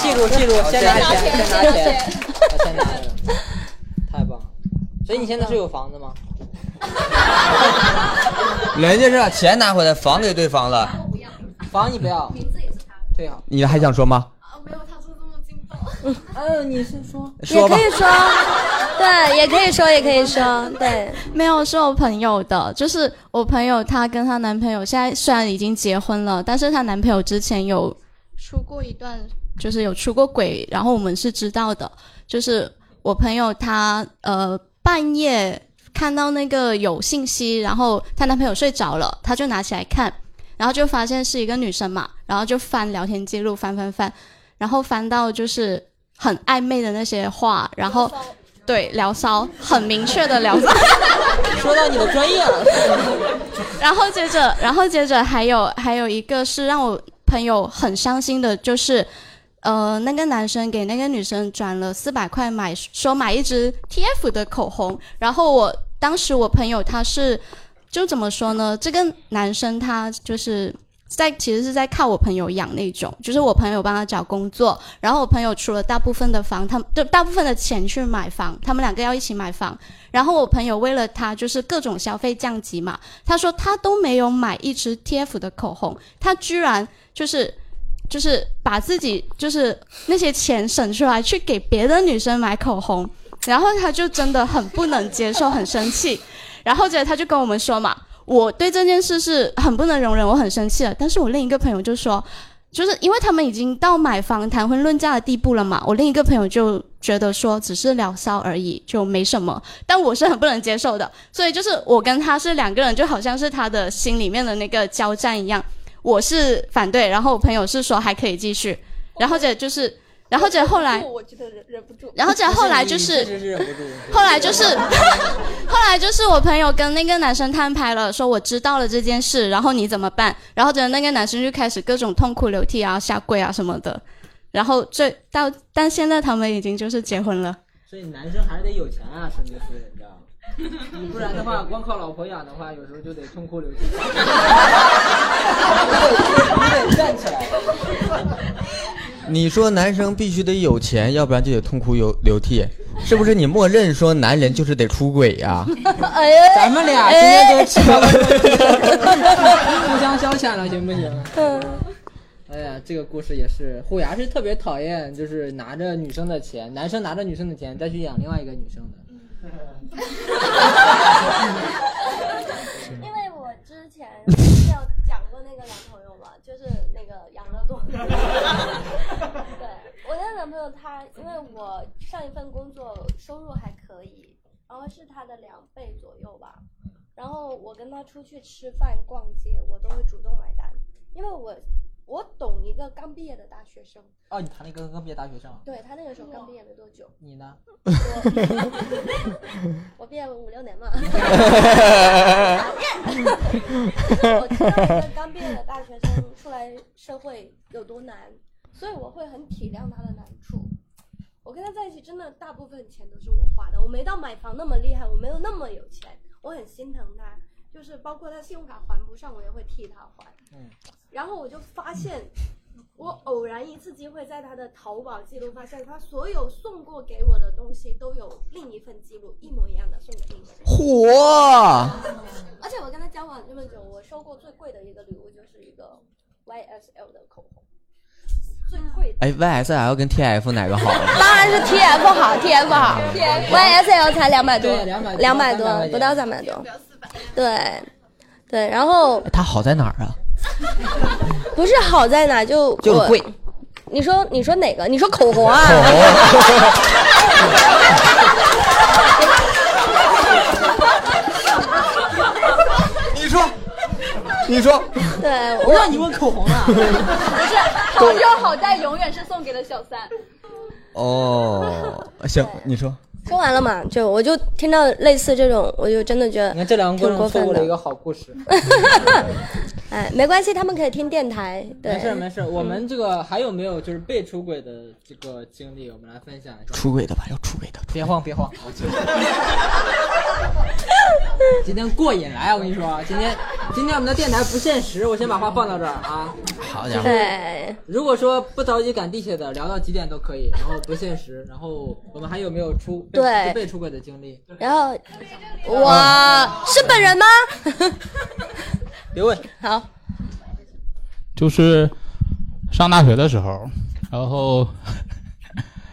[SPEAKER 2] 记住记住，先拿钱，先拿钱，先拿钱，太棒了！所以你现在是有房子吗？
[SPEAKER 6] 人家是把钱拿回来，房给对方了，
[SPEAKER 2] 房你不要，名字也是他对呀，
[SPEAKER 6] 你还想说吗？
[SPEAKER 2] 嗯，你先说，
[SPEAKER 8] 也
[SPEAKER 6] 说吧
[SPEAKER 8] 可以说，对，也可以说，也可以说，对，
[SPEAKER 10] 没有，是我朋友的，就是我朋友她跟她男朋友现在虽然已经结婚了，但是她男朋友之前有出过一段，就是有出过轨，然后我们是知道的，就是我朋友她呃半夜看到那个有信息，然后她男朋友睡着了，她就拿起来看，然后就发现是一个女生嘛，然后就翻聊天记录，翻翻翻，然后翻到就是很暧昧的那些话，然后。对，聊骚，很明确的聊骚。
[SPEAKER 2] 说到你的专业了，
[SPEAKER 10] 然后接着，然后接着还有还有一个是让我朋友很伤心的，就是，呃，那个男生给那个女生转了四百块买，说买一支 TF 的口红。然后我当时我朋友他是，就怎么说呢？这个男生他就是在其实是在靠我朋友养那种，就是我朋友帮他找工作，然后我朋友出了大部分的房，他们就大部分的钱去买房，他们两个要一起买房。然后我朋友为了他就是各种消费降级嘛，他说他都没有买一支 TF 的口红，他居然就是就是把自己就是那些钱省出来去给别的女生买口红，然后他就真的很不能接受，很生气， 然后接着他就跟我们说嘛，我对这件事是很不能容忍，我很生气了，但是我另一个朋友就说。就是因为他们已经到买房谈婚论嫁的地步了嘛，我另一个朋友就觉得说只是聊骚而已，就没什么，但我是很不能接受的，所以就是我跟他是两个人，就好像是他的心里面的那个交战一样，我是反对，然后我朋友是说还可以继续，然后这就是，然后这后来，
[SPEAKER 14] 我觉得忍忍不住
[SPEAKER 10] 然后这后来就是
[SPEAKER 2] 你确实是忍不住，
[SPEAKER 10] 后来就是， 后来就是我朋友跟那个男生摊牌了，说我知道了这件事，然后你怎么办？然后等那个男生就开始各种痛哭流涕啊、下跪啊什么的。然后最到，但现在他们已经就是结婚了。
[SPEAKER 2] 所以男生还是得有钱啊，生个夫人，你知道吗？不然的话，光靠老婆养的话，有时候就得痛哭流涕，得站起来。
[SPEAKER 6] 你说男生必须得有钱，要不然就得痛哭流流涕，是不是？你默认说男人就是得出轨呀、
[SPEAKER 2] 哎，咱们俩今天都起了互相消遣了，行不啊行？
[SPEAKER 15] 哎呀，这个故事也是，
[SPEAKER 2] 虎牙是特别讨厌，就是拿着女生的钱，男生拿着女生的钱再去养另外一个女生的。
[SPEAKER 16] 因 为我之前是有讲过那个男朋友嘛，就是那个养乐 多。 对，我那个男朋友他，因为我上一份工作收入还可以，然后是他的两倍左右吧。然后我跟他出去吃饭、逛街，我都会主动买单，因为我我懂一个刚毕业的大学生。
[SPEAKER 2] 哦，你谈了一个刚毕业大学生啊？
[SPEAKER 16] 对他那个时候刚毕业没多久，
[SPEAKER 2] 你 呢？
[SPEAKER 16] 我我毕业五六年嘛，我知道一个刚毕业的大学生出来社会有多难，所以我会很体谅他的难处。我跟他在一起，真的大部分钱都是我花的，我没到买房那么厉害，我没有那么有钱，我很心疼他，就是包括他信用卡还不上，我也会替他还。
[SPEAKER 15] 嗯，
[SPEAKER 16] 然后我就发现，我偶然一次机会在他的淘宝记录发现，他所有送过给我的东西都有另一份记录，一模一样的送给我。
[SPEAKER 6] 火！
[SPEAKER 16] 而且我跟他交往这么久，我收过最贵的一个礼物就是一个 YSL 的口红，最贵的。
[SPEAKER 6] 哎，YSL 跟 TF 哪个好？
[SPEAKER 8] 当然是 TF 好，TF 好，YSL 才两百多
[SPEAKER 16] 对200，
[SPEAKER 8] 两
[SPEAKER 16] 百多
[SPEAKER 8] 多，不到三百多，对，对，然后
[SPEAKER 6] 它好在哪儿啊？
[SPEAKER 8] 不是好在哪就
[SPEAKER 6] 就是
[SPEAKER 8] 我
[SPEAKER 6] 贵。
[SPEAKER 8] 你说你说哪个？你说口红啊？
[SPEAKER 6] 你说，你说，
[SPEAKER 8] 对，
[SPEAKER 2] 我让你问口红啊。
[SPEAKER 4] 不是，好就好在永远是送给了小三。
[SPEAKER 6] 哦，行，你说，
[SPEAKER 8] 说完了嘛？就我就听到类似这种，我就真的觉得
[SPEAKER 2] 你看这两个
[SPEAKER 8] 挺
[SPEAKER 2] 过
[SPEAKER 8] 过
[SPEAKER 2] 程错
[SPEAKER 8] 分
[SPEAKER 2] 过了一
[SPEAKER 8] 的。
[SPEAKER 2] 个好故事。
[SPEAKER 8] 哎，没关系，他们可以听电台。对，
[SPEAKER 2] 没事儿没事儿，我们这个还有没有就是被出轨的这个经历，我们来分享一下。
[SPEAKER 6] 出轨的吧，要出轨的。
[SPEAKER 2] 别慌别慌，今天过瘾来啊，我跟你说，今天今天我们的电台不限时，我先把话放到这儿啊。
[SPEAKER 6] 好
[SPEAKER 2] 就是
[SPEAKER 8] 对，
[SPEAKER 2] 如果说不着急赶地铁的，聊到几点都可以，然后不限时，然后我们还有没有出被
[SPEAKER 8] 对
[SPEAKER 2] 被出轨的经历？
[SPEAKER 8] 嗯然后我是本人吗？
[SPEAKER 2] 别 问。
[SPEAKER 8] 好，
[SPEAKER 1] 就是上大学的时候，然后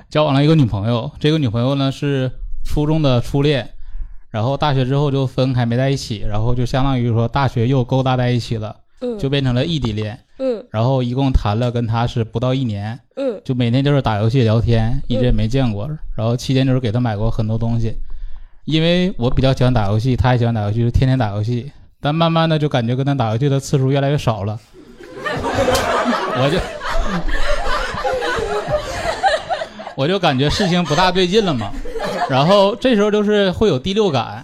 [SPEAKER 1] 交往了一个女朋友，这个女朋友呢是初中的初恋，然后大学之后就分开没在一起，然后就相当于说大学又勾搭在一起了，
[SPEAKER 8] 嗯
[SPEAKER 1] 就变成了异地恋。
[SPEAKER 8] 嗯
[SPEAKER 1] 然后一共谈了跟他是不到一年，
[SPEAKER 8] 嗯
[SPEAKER 1] 就每天就是打游戏聊天，一直也没见过。然后期间就是给他买过很多东西，因为我比较喜欢打游戏，他也喜欢打游戏，就天天打游戏。但慢慢的就感觉跟他打游戏的次数越来越少了，我就我就感觉事情不大对劲了嘛。然后这时候就是会有第六感，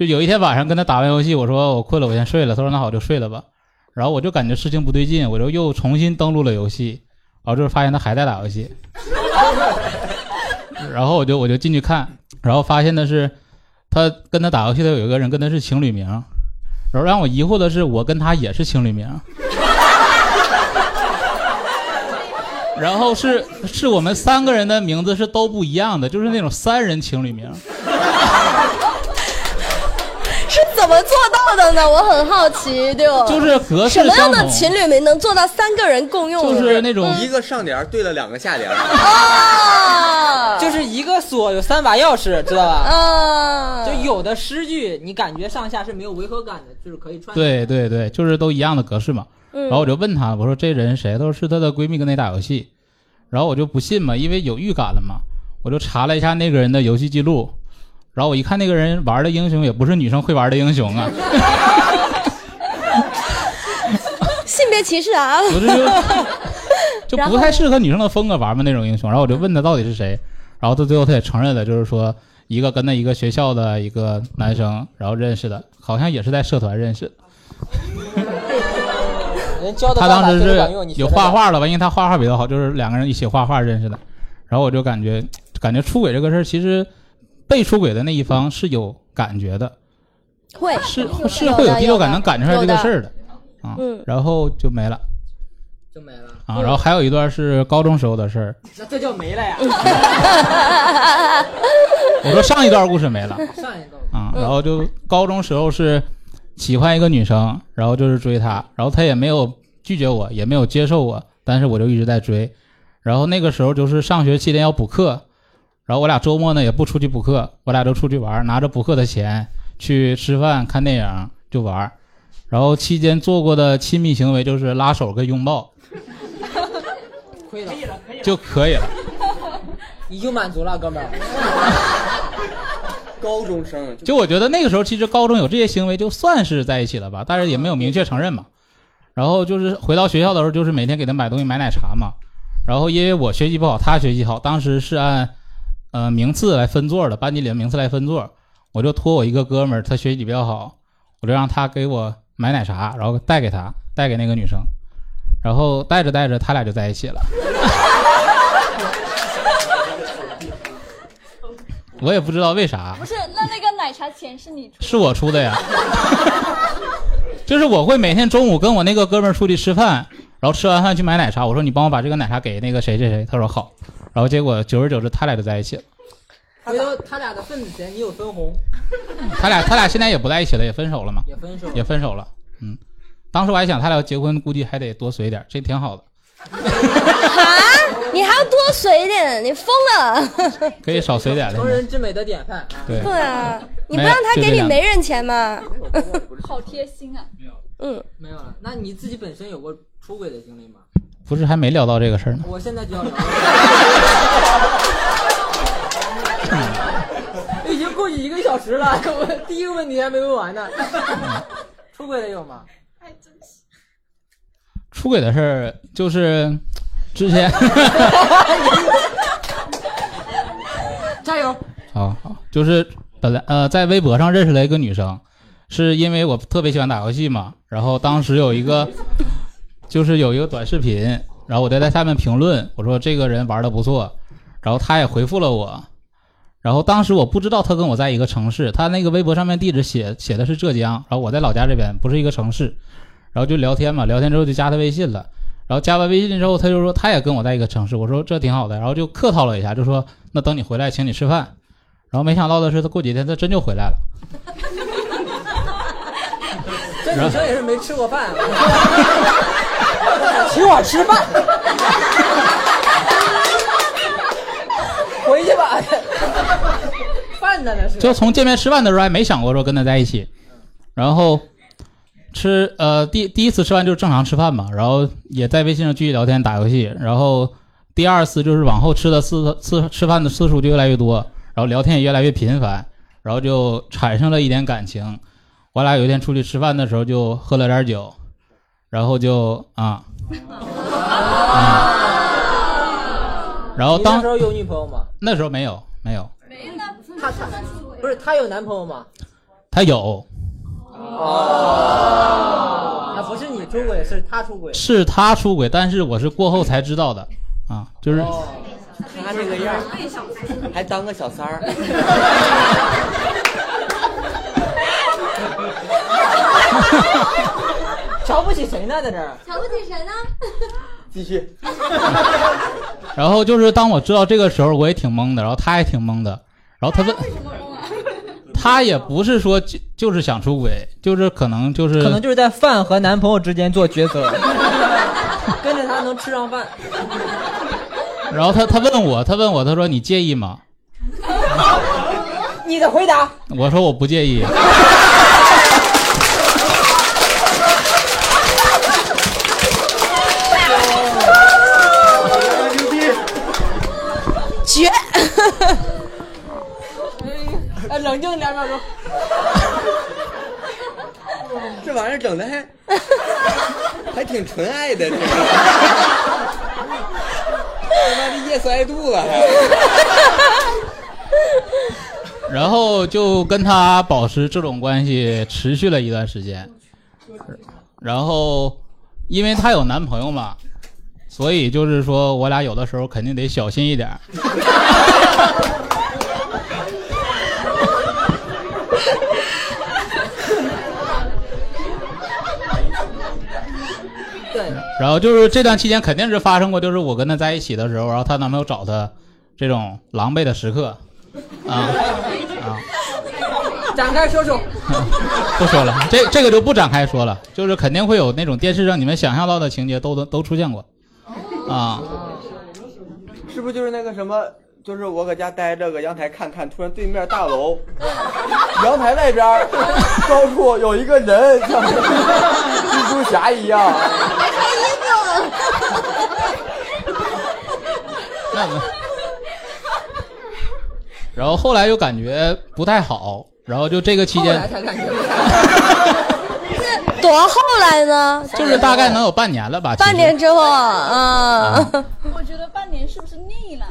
[SPEAKER 1] 就有一天晚上跟他打完游戏，我说我困了，我先睡了。他说那好，就睡了吧。然后我就感觉事情不对劲，我就又重新登录了游戏，然后就是发现他还在打游戏，然后我就我就进去看，然后发现的是他跟他打游戏的有一个人跟他是情侣名，然后让我疑惑的是我跟他也是情侣名，然后是是我们三个人的名字是都不一样的，就是那种三人情侣名。
[SPEAKER 8] 是怎么做到的呢？我很好奇，对哦我
[SPEAKER 1] 就是格式
[SPEAKER 8] 什么样
[SPEAKER 1] 相
[SPEAKER 8] 的
[SPEAKER 1] 同
[SPEAKER 8] 情侣名能做到三个人共用？嗯
[SPEAKER 2] 嗯
[SPEAKER 6] 一个上联对了两个下联。
[SPEAKER 1] 嗯
[SPEAKER 2] 就是一个锁有三把钥匙，知道吧？
[SPEAKER 8] 嗯，
[SPEAKER 2] 就有的诗句你感觉上下是没有违和感的，就是可以穿。
[SPEAKER 1] 对对对，就是都一样的格式嘛。
[SPEAKER 2] 嗯
[SPEAKER 1] 然后我就问她，我说这人谁？她说是她的闺蜜跟她打游戏。然后我就不信嘛，因为有预感了嘛。我就查了一下那个人的游戏记录，然后我一看那个人玩的英雄也不是女生会玩的英雄啊，
[SPEAKER 8] 性别歧视啊！
[SPEAKER 1] 我这 就不太适合女生的风格玩嘛那种英雄。然后我就问她到底是谁，然后到最后她也承认了，就是说一个跟她一个学校的一个男生，然后认识的，好像也是在社团认识的。
[SPEAKER 2] 人教的
[SPEAKER 1] 他
[SPEAKER 2] 方法
[SPEAKER 1] 当时
[SPEAKER 2] 就是管用，你学
[SPEAKER 1] 有
[SPEAKER 2] 着
[SPEAKER 1] 画
[SPEAKER 2] 点
[SPEAKER 1] 画了吧？因为他画画比较好，就是两个人一起画画认识的。然后我就感觉，感觉出轨这个事儿，其实被出轨的那一方是有感觉的，
[SPEAKER 8] 会
[SPEAKER 1] 是是会有第六感能感觉出来这个事儿的。啊。
[SPEAKER 8] 嗯
[SPEAKER 1] 然后就没了。
[SPEAKER 2] 就没了
[SPEAKER 1] 啊，然后还有一段是高中时候的事儿。
[SPEAKER 2] 那这叫没了呀。
[SPEAKER 1] 我说上一段故事没了，
[SPEAKER 2] 上一段
[SPEAKER 1] 啊，然后就高中时候是喜欢一个女生，然后就是追她，然后她也没有拒绝我，也没有接受我，但是我就一直在追。然后那个时候就是上学期间要补课，然后我俩周末呢也不出去补课，我俩就出去玩儿，拿着补课的钱去吃饭、看电影就玩儿。然后期间做过的亲密行为就是拉手跟拥抱
[SPEAKER 2] 亏了，可以了，可以
[SPEAKER 1] 就可以了。
[SPEAKER 2] 已经满足了，哥 们儿。
[SPEAKER 6] 高中生
[SPEAKER 1] 就我觉得那个时候，其实高中有这些行为，就算是在一起了吧，但是也没有明确承认嘛。然后就是回到学校的时候，就是每天给他买东西，买奶茶嘛。然后因为我学习不好，他学习好，当时是按呃名次来分座的，班级里的名次来分座。我就托我一个哥们儿，他学习比较好，我就让他给我买奶茶，然后带给他，带给那个女生。然后带着带着，他俩就在一起了。我也不知道为啥
[SPEAKER 4] 不，是，那那个奶茶钱是你出
[SPEAKER 1] 是我出的呀。就是我会每天中午跟我那个哥们儿出去吃饭，然后吃完饭去买奶茶。我说你帮我把这个奶茶给那个谁谁谁，他说好。然后结果久而久之，他俩就在一起了。
[SPEAKER 2] 回头他俩的份子钱你有分红，
[SPEAKER 1] 他俩他俩现在也不在一起了，也分手了嘛，
[SPEAKER 2] 也分手了
[SPEAKER 1] 也分手了。嗯，当时我还想他俩要结婚，估计还得多随点儿，这挺好的，
[SPEAKER 8] 啊，你还要多随一点，你疯了。
[SPEAKER 1] 可以少随点
[SPEAKER 2] 成
[SPEAKER 1] 的。
[SPEAKER 2] 人之美的典范啊。
[SPEAKER 1] 对，
[SPEAKER 8] 对啊，你不让他给你媒人钱吗？
[SPEAKER 4] 好贴心啊！
[SPEAKER 8] 嗯，
[SPEAKER 2] 没有了。那你自己本身有过出轨的经历吗？
[SPEAKER 1] 不是还没聊到这个事儿呢。
[SPEAKER 2] 我现在 就要聊了。已经过去一个小时了，我第一个问题还没问完呢。出轨的有吗？
[SPEAKER 1] 哎
[SPEAKER 4] 还真是。
[SPEAKER 1] 出轨的事儿就是之前。
[SPEAKER 2] 加 油！
[SPEAKER 1] 好好，啊就是本来呃在微博上认识了一个女生，是因为我特别喜欢打游戏嘛，然后当时有一个 就是有一个短视频，然后我就在下面评论，我说这个人玩的不错，然后她也回复了我，然后当时我不知道她跟我在一个城市，她那个微博上面地址写写的是浙江，然后我在老家这边不是一个城市，然后就聊天嘛，聊天之后就加她微信了。然后加完微信之后，她就说她也跟我在一个城市，我说这挺好的，然后就客套了一下，就说那等你回来请你吃饭，然后没想到的是，他过几天他真就回来了。
[SPEAKER 2] 这
[SPEAKER 1] 然后
[SPEAKER 2] 女生也是没吃过饭、啊，请我吃 饭，回去 吧。饭呢那是？
[SPEAKER 1] 就从见面吃饭的时候还没想过说跟他在一起，然后吃呃第第一次吃饭就是正常吃饭嘛，然后也在微信上继续聊天打游戏，然后第二次就是往后吃的次次吃饭的次数就越来越多，然后聊天也越来越频繁，然后就产生了一点感情。我俩有一天出去吃饭的时候就喝了点酒，然后就啊，然后
[SPEAKER 2] 哦你那
[SPEAKER 1] 当
[SPEAKER 2] 时候有女朋友吗？
[SPEAKER 1] 那时候没有没有，
[SPEAKER 2] 没，那不是他他不是他有男朋友吗？
[SPEAKER 1] 他有。
[SPEAKER 2] 啊，不是你出轨，是他出轨。
[SPEAKER 1] 是他出轨，但是我是过后才知道的啊，就是
[SPEAKER 6] 他这个样儿，还当个小三儿。
[SPEAKER 2] 哦瞧不起谁呢？在这儿，
[SPEAKER 4] 瞧不起谁呢？
[SPEAKER 6] 继续。
[SPEAKER 1] 然后就是当我知道这个时候，我也挺懵的，然后他也挺懵的，然后他问，他也不是说就就是想出轨，就是可能就是
[SPEAKER 17] 可能就是在饭和男朋友之间做抉择。
[SPEAKER 2] 跟着他能吃上饭。
[SPEAKER 1] 然后他他问我，他问我，他说你介意吗？
[SPEAKER 2] 你的回答，
[SPEAKER 1] 我说我不介意。
[SPEAKER 8] 绝！
[SPEAKER 2] 哎，冷静两秒钟。
[SPEAKER 6] 这玩意儿整的还还挺纯爱的，这个。他妈的夜色爱度啊了，
[SPEAKER 1] 然后就跟他保持这种关系持续了一段时间，然后因为她有男朋友嘛，所以就是说我俩有的时候肯定得小心一点儿。
[SPEAKER 2] 对，
[SPEAKER 1] 然后就是这段期间肯定是发生过，就是我跟她在一起的时候，然后她男朋友找她这种狼狈的时刻，啊啊，
[SPEAKER 2] 展开说说。
[SPEAKER 1] 不说了，这这个就不展开说了，就是肯定会有那种电视上你们想象到的情节都都都出现过，
[SPEAKER 8] 哦
[SPEAKER 1] 啊，
[SPEAKER 18] 哦是不是就是那个什么？就是我搁家待着，搁阳台看看，突然对面大 楼，阳台外边儿高处有一个人，像蜘蛛侠一
[SPEAKER 2] 哦
[SPEAKER 18] 样。
[SPEAKER 1] 那我然后后来又感觉不太好，然后就这个期
[SPEAKER 16] 后来
[SPEAKER 1] 间
[SPEAKER 16] 才 感觉，
[SPEAKER 8] 多后来呢？
[SPEAKER 1] 就是大概能有半年了吧，其实
[SPEAKER 8] 半年之后啊，嗯
[SPEAKER 16] 我觉得半年是不是腻 了？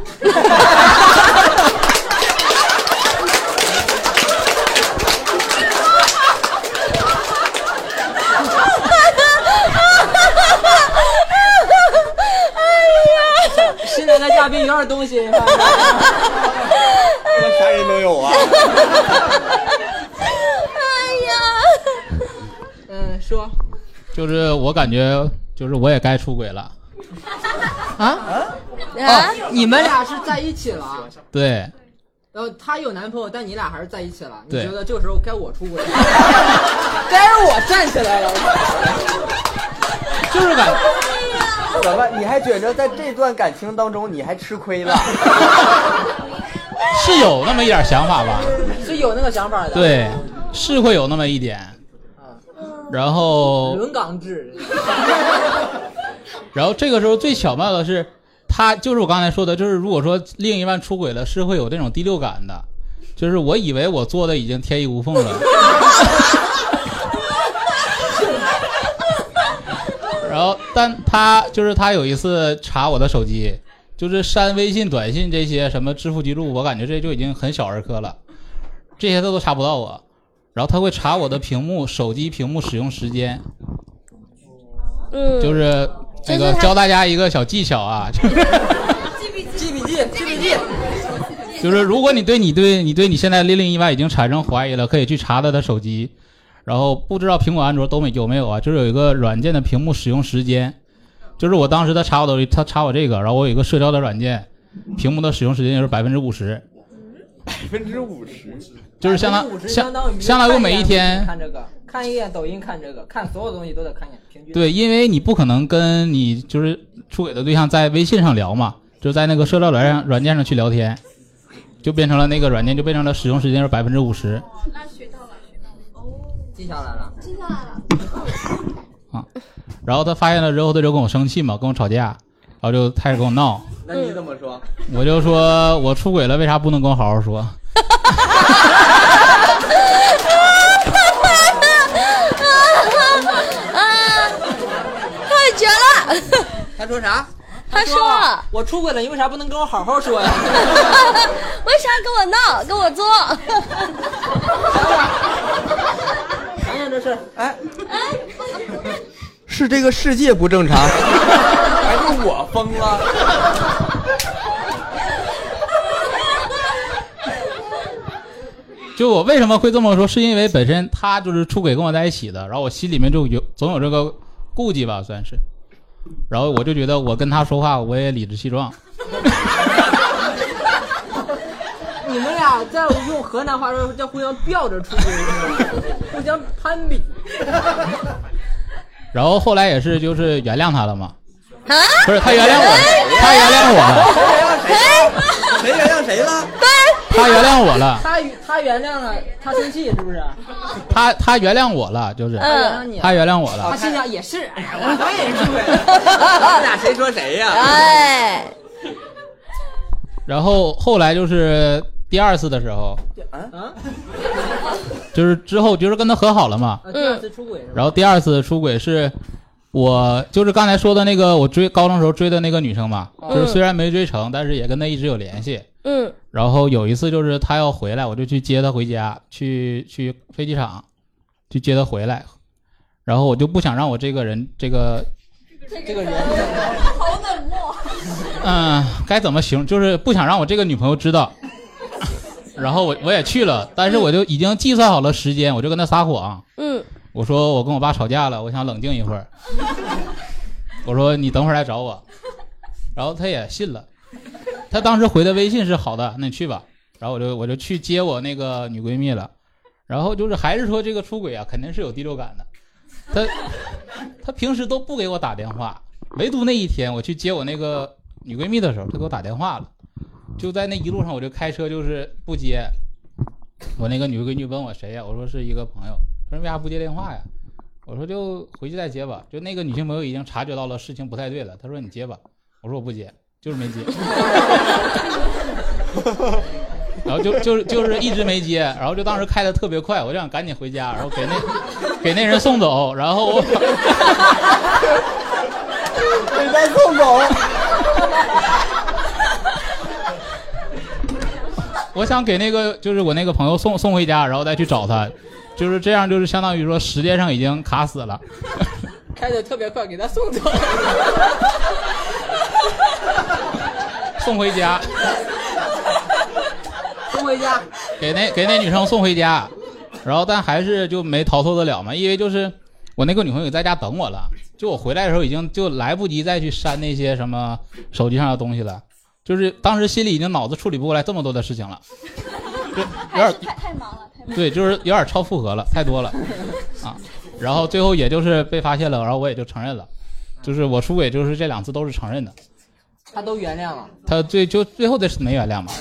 [SPEAKER 2] 新来的嘉宾有点东西，
[SPEAKER 18] 那啥人都有啊。
[SPEAKER 2] 哎呀，嗯，说
[SPEAKER 1] 就是我感觉就是我也该出轨了，
[SPEAKER 2] 啊哦，你们俩是在一起了啊，
[SPEAKER 1] 对，
[SPEAKER 2] 然后她有男朋友，但你俩还是在一起了。你
[SPEAKER 1] 对
[SPEAKER 2] 觉得这个时候该我出轨了， 该是我站起来了。
[SPEAKER 1] 就是感
[SPEAKER 18] 怎么？你还觉着在这段感情当中你还吃亏了？
[SPEAKER 1] 是有那么一点想法吧，
[SPEAKER 2] 是有那个想法的。，
[SPEAKER 1] 对，是会有那么一点，然后
[SPEAKER 2] 轮岗制。
[SPEAKER 1] 然后这个时候最巧妙的是，他就是我刚才说的，就是如果说另一半出轨了，是会有这种第六感的，就是我以为我做的已经天衣无缝了， 然后但他就是他有一次查我的手机，就是删微信、短信这些什么支付记录，我感觉这就已经很小儿科了，这些他都查不到我。然后他会查我的屏幕、手机屏幕使用时间，
[SPEAKER 8] 嗯，
[SPEAKER 1] 就是那
[SPEAKER 2] 就是
[SPEAKER 1] 个
[SPEAKER 2] 他
[SPEAKER 1] 教大家一个小技巧啊， 就是
[SPEAKER 2] 记笔记，记笔记，记笔记。
[SPEAKER 1] 就是如果你对你对你对你现在的另一半已经产生怀疑了，可以去查他的手机，然后不知道苹果、安卓都没有没有啊？就是有一个软件的屏幕使用时间，就是我当时他查我的，他查我这个，然后我有一个社交的软件，屏幕的使用时间就是百分之五十，
[SPEAKER 18] 百分之五十，
[SPEAKER 1] 就是相当
[SPEAKER 2] 50%
[SPEAKER 1] 相
[SPEAKER 2] 相当于
[SPEAKER 1] 相当于我
[SPEAKER 2] 看
[SPEAKER 1] 每一
[SPEAKER 2] 眼
[SPEAKER 1] 天
[SPEAKER 2] 看这个，看一眼抖音看这个，看所有东西都得看一眼，平均。
[SPEAKER 1] 对，因为你不可能跟你就是出轨的对象在微信上聊嘛，就在那个社交软件上软件上去聊天，就变成了那个软件就变成了使用时间是百分之五十。
[SPEAKER 16] 哦那学到了，学到了。哦，
[SPEAKER 2] 记下来了，
[SPEAKER 16] 记下来了。
[SPEAKER 1] 然后他发现了之后，他就跟我生气嘛，跟我吵架，然后就开始跟我闹。
[SPEAKER 18] 那你怎么说？
[SPEAKER 1] 我就说我出轨了，为啥不能跟我好好说？
[SPEAKER 8] 啊太绝了！
[SPEAKER 2] 他说啥？
[SPEAKER 8] 他说
[SPEAKER 2] 我出轨了，你为啥不能跟我好好说呀？
[SPEAKER 8] 为啥跟我闹，跟我作？
[SPEAKER 2] 想想这事儿，
[SPEAKER 18] 哎， 是这个世界不正常，还是我疯了？
[SPEAKER 1] 就我为什么会这么说，是因为本身他就是出轨跟我在一起的，然后我心里面就有总有这个顾忌吧，算是。然后我就觉得我跟他说话，我也理直气壮。
[SPEAKER 2] 你们俩在用河南话说叫互相吊着出轨，互相攀比。
[SPEAKER 1] 然后后来也是就是原谅他了嘛，
[SPEAKER 8] 啊？
[SPEAKER 1] 不是他原谅我，他原谅我了，
[SPEAKER 18] 谁原谅谁了？
[SPEAKER 1] 他原谅我了，
[SPEAKER 2] 他他原谅了，他生气是不是？
[SPEAKER 1] 他他原谅我了，就是
[SPEAKER 2] 他原谅你了
[SPEAKER 1] 他原谅我了
[SPEAKER 2] 他。心想也是，哎呀， 我也是出轨了，
[SPEAKER 18] 咱俩谁说谁呀、
[SPEAKER 8] 哎，
[SPEAKER 1] 然后后来就是第二次的时候，
[SPEAKER 2] 啊，
[SPEAKER 1] 就是之后就是跟他和好了嘛。
[SPEAKER 2] 呃第二次出轨是吧？
[SPEAKER 1] 然后第二次出轨是我就是刚才说的那个我追高中时候追的那个女生嘛，就是虽然没追成，但是也跟她一直有联系。
[SPEAKER 8] 嗯
[SPEAKER 1] 然后有一次就是她要回来，我就去接她回家，去去飞机场去接她回来。然后我就不想让我这个人这个
[SPEAKER 2] 这个人
[SPEAKER 16] 好冷 漠。
[SPEAKER 1] 嗯、该怎么形容，就是不想让我这个女朋友知道。然后我我也去了，但是我就已经计算好了时间，我 就跟她撒谎。
[SPEAKER 8] 嗯
[SPEAKER 1] 我说我跟我爸吵架了，我想冷静一会儿。我说你等会儿来找我，然后他也信了，他当时回的微信是好的，那你去吧，然后我就我就去接我那个女闺蜜了，然后就是还是说这个出轨啊，肯定是有第六感的，他他平时都不给我打电话，唯独那一天我去接我那个女闺蜜的时候，他给我打电话了，就在那一路上我就开车就是不接，我那个女闺女问我谁呀、我说是一个朋友，她说为啥不接电话呀？我说就回去再接吧。就那个女性朋友已经察觉到了事情不太对了，她说你接吧。我说我不接，就是没接。 然后就就是就是一直没接，然后就当时开的特别快，我就想赶紧回家，然后给那 给那人送走，然后 我
[SPEAKER 6] 给他送走。
[SPEAKER 1] 我想给那个就是我那个朋友送送回家，然后再去找他，就是这样，就是相当于说时间上已经卡死了。
[SPEAKER 2] 开的特别快，给他送走。
[SPEAKER 1] 送回家，
[SPEAKER 2] 送回家。
[SPEAKER 1] 给那给那女生送回家，然后但还是就没逃脱得了嘛，因为就是我那个女朋友在家等我了，就我回来的时候已经就来不及再去删那些什么手机上的东西了，就是当时心里已经脑子处理不过来这么多的事情了，就有点
[SPEAKER 4] 太太忙了，太忙了。
[SPEAKER 1] 对，就是有点超负荷了，太多 了啊。然后最后也就是被发现了，然后我也就承认了，就是我出轨，就是这两次都是承认的。
[SPEAKER 2] 他都原谅了。
[SPEAKER 1] 他最就最后的是没原谅嘛，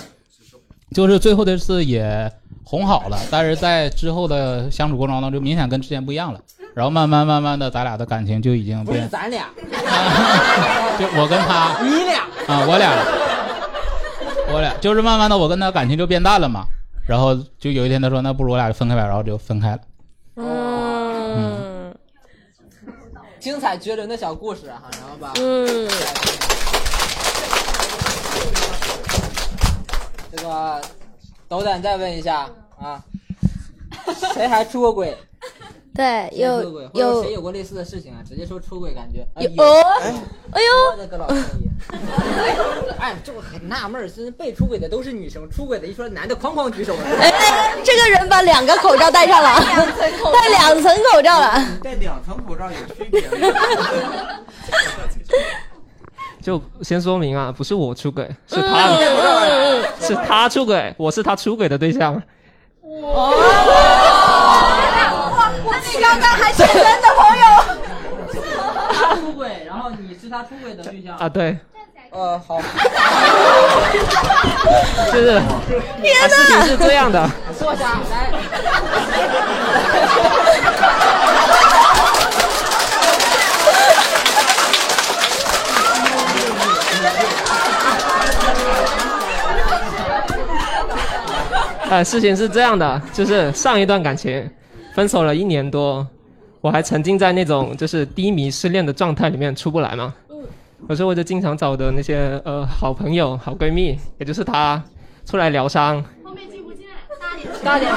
[SPEAKER 1] 就是最后的是也哄好了，但是在之后的相处过程当中，明显跟之前不一样了。然后慢慢慢慢的，咱俩的感情就已经
[SPEAKER 2] 不是
[SPEAKER 1] 变，
[SPEAKER 2] 咱俩，
[SPEAKER 1] 就我跟他
[SPEAKER 2] 你俩
[SPEAKER 1] 啊，我俩，我俩就是慢慢的，我跟他感情就变淡了嘛。然后就有一天他说，那不如我俩就分开吧，然后就分开了。
[SPEAKER 2] 嗯，精彩绝伦的小故事哈，然后吧，
[SPEAKER 4] 嗯，
[SPEAKER 2] 这个斗胆再问一下啊，谁还出过轨？
[SPEAKER 8] 对，
[SPEAKER 2] 谁还出过轨
[SPEAKER 8] 有
[SPEAKER 2] 或者
[SPEAKER 8] 有
[SPEAKER 2] 谁有过类似的事情啊？直接说出轨，感觉啊
[SPEAKER 8] 有
[SPEAKER 2] 有
[SPEAKER 8] 哎哎呦
[SPEAKER 2] 那个老天爷！ 哎，这我很纳闷儿，真是被出轨的都是女生，出轨的一说男的，哐哐举手。
[SPEAKER 8] 哎，这个人把两个口罩戴上了，戴两层口罩了。
[SPEAKER 6] 戴两层口罩有区别吗？
[SPEAKER 3] 就先说明啊，不是我出轨，是他
[SPEAKER 4] 嗯嗯嗯嗯
[SPEAKER 3] 是他出轨，我是他出轨的对象。
[SPEAKER 2] 哦
[SPEAKER 4] 我你刚刚还是真的朋友。
[SPEAKER 2] 他出轨，然后你是他出轨的对 象
[SPEAKER 3] 啊对，
[SPEAKER 2] 呃，好。
[SPEAKER 3] 就是
[SPEAKER 2] 天
[SPEAKER 3] 啊事情是这样的，
[SPEAKER 2] 坐下来。
[SPEAKER 3] 呃，事情是这样的，就是上一段感情分手了一年多，我还沉浸在那种就是低迷失恋的状态里面出不来嘛。有时候我就经常找我的那些呃好朋友、好闺蜜，也就是她出来疗伤，
[SPEAKER 4] 大点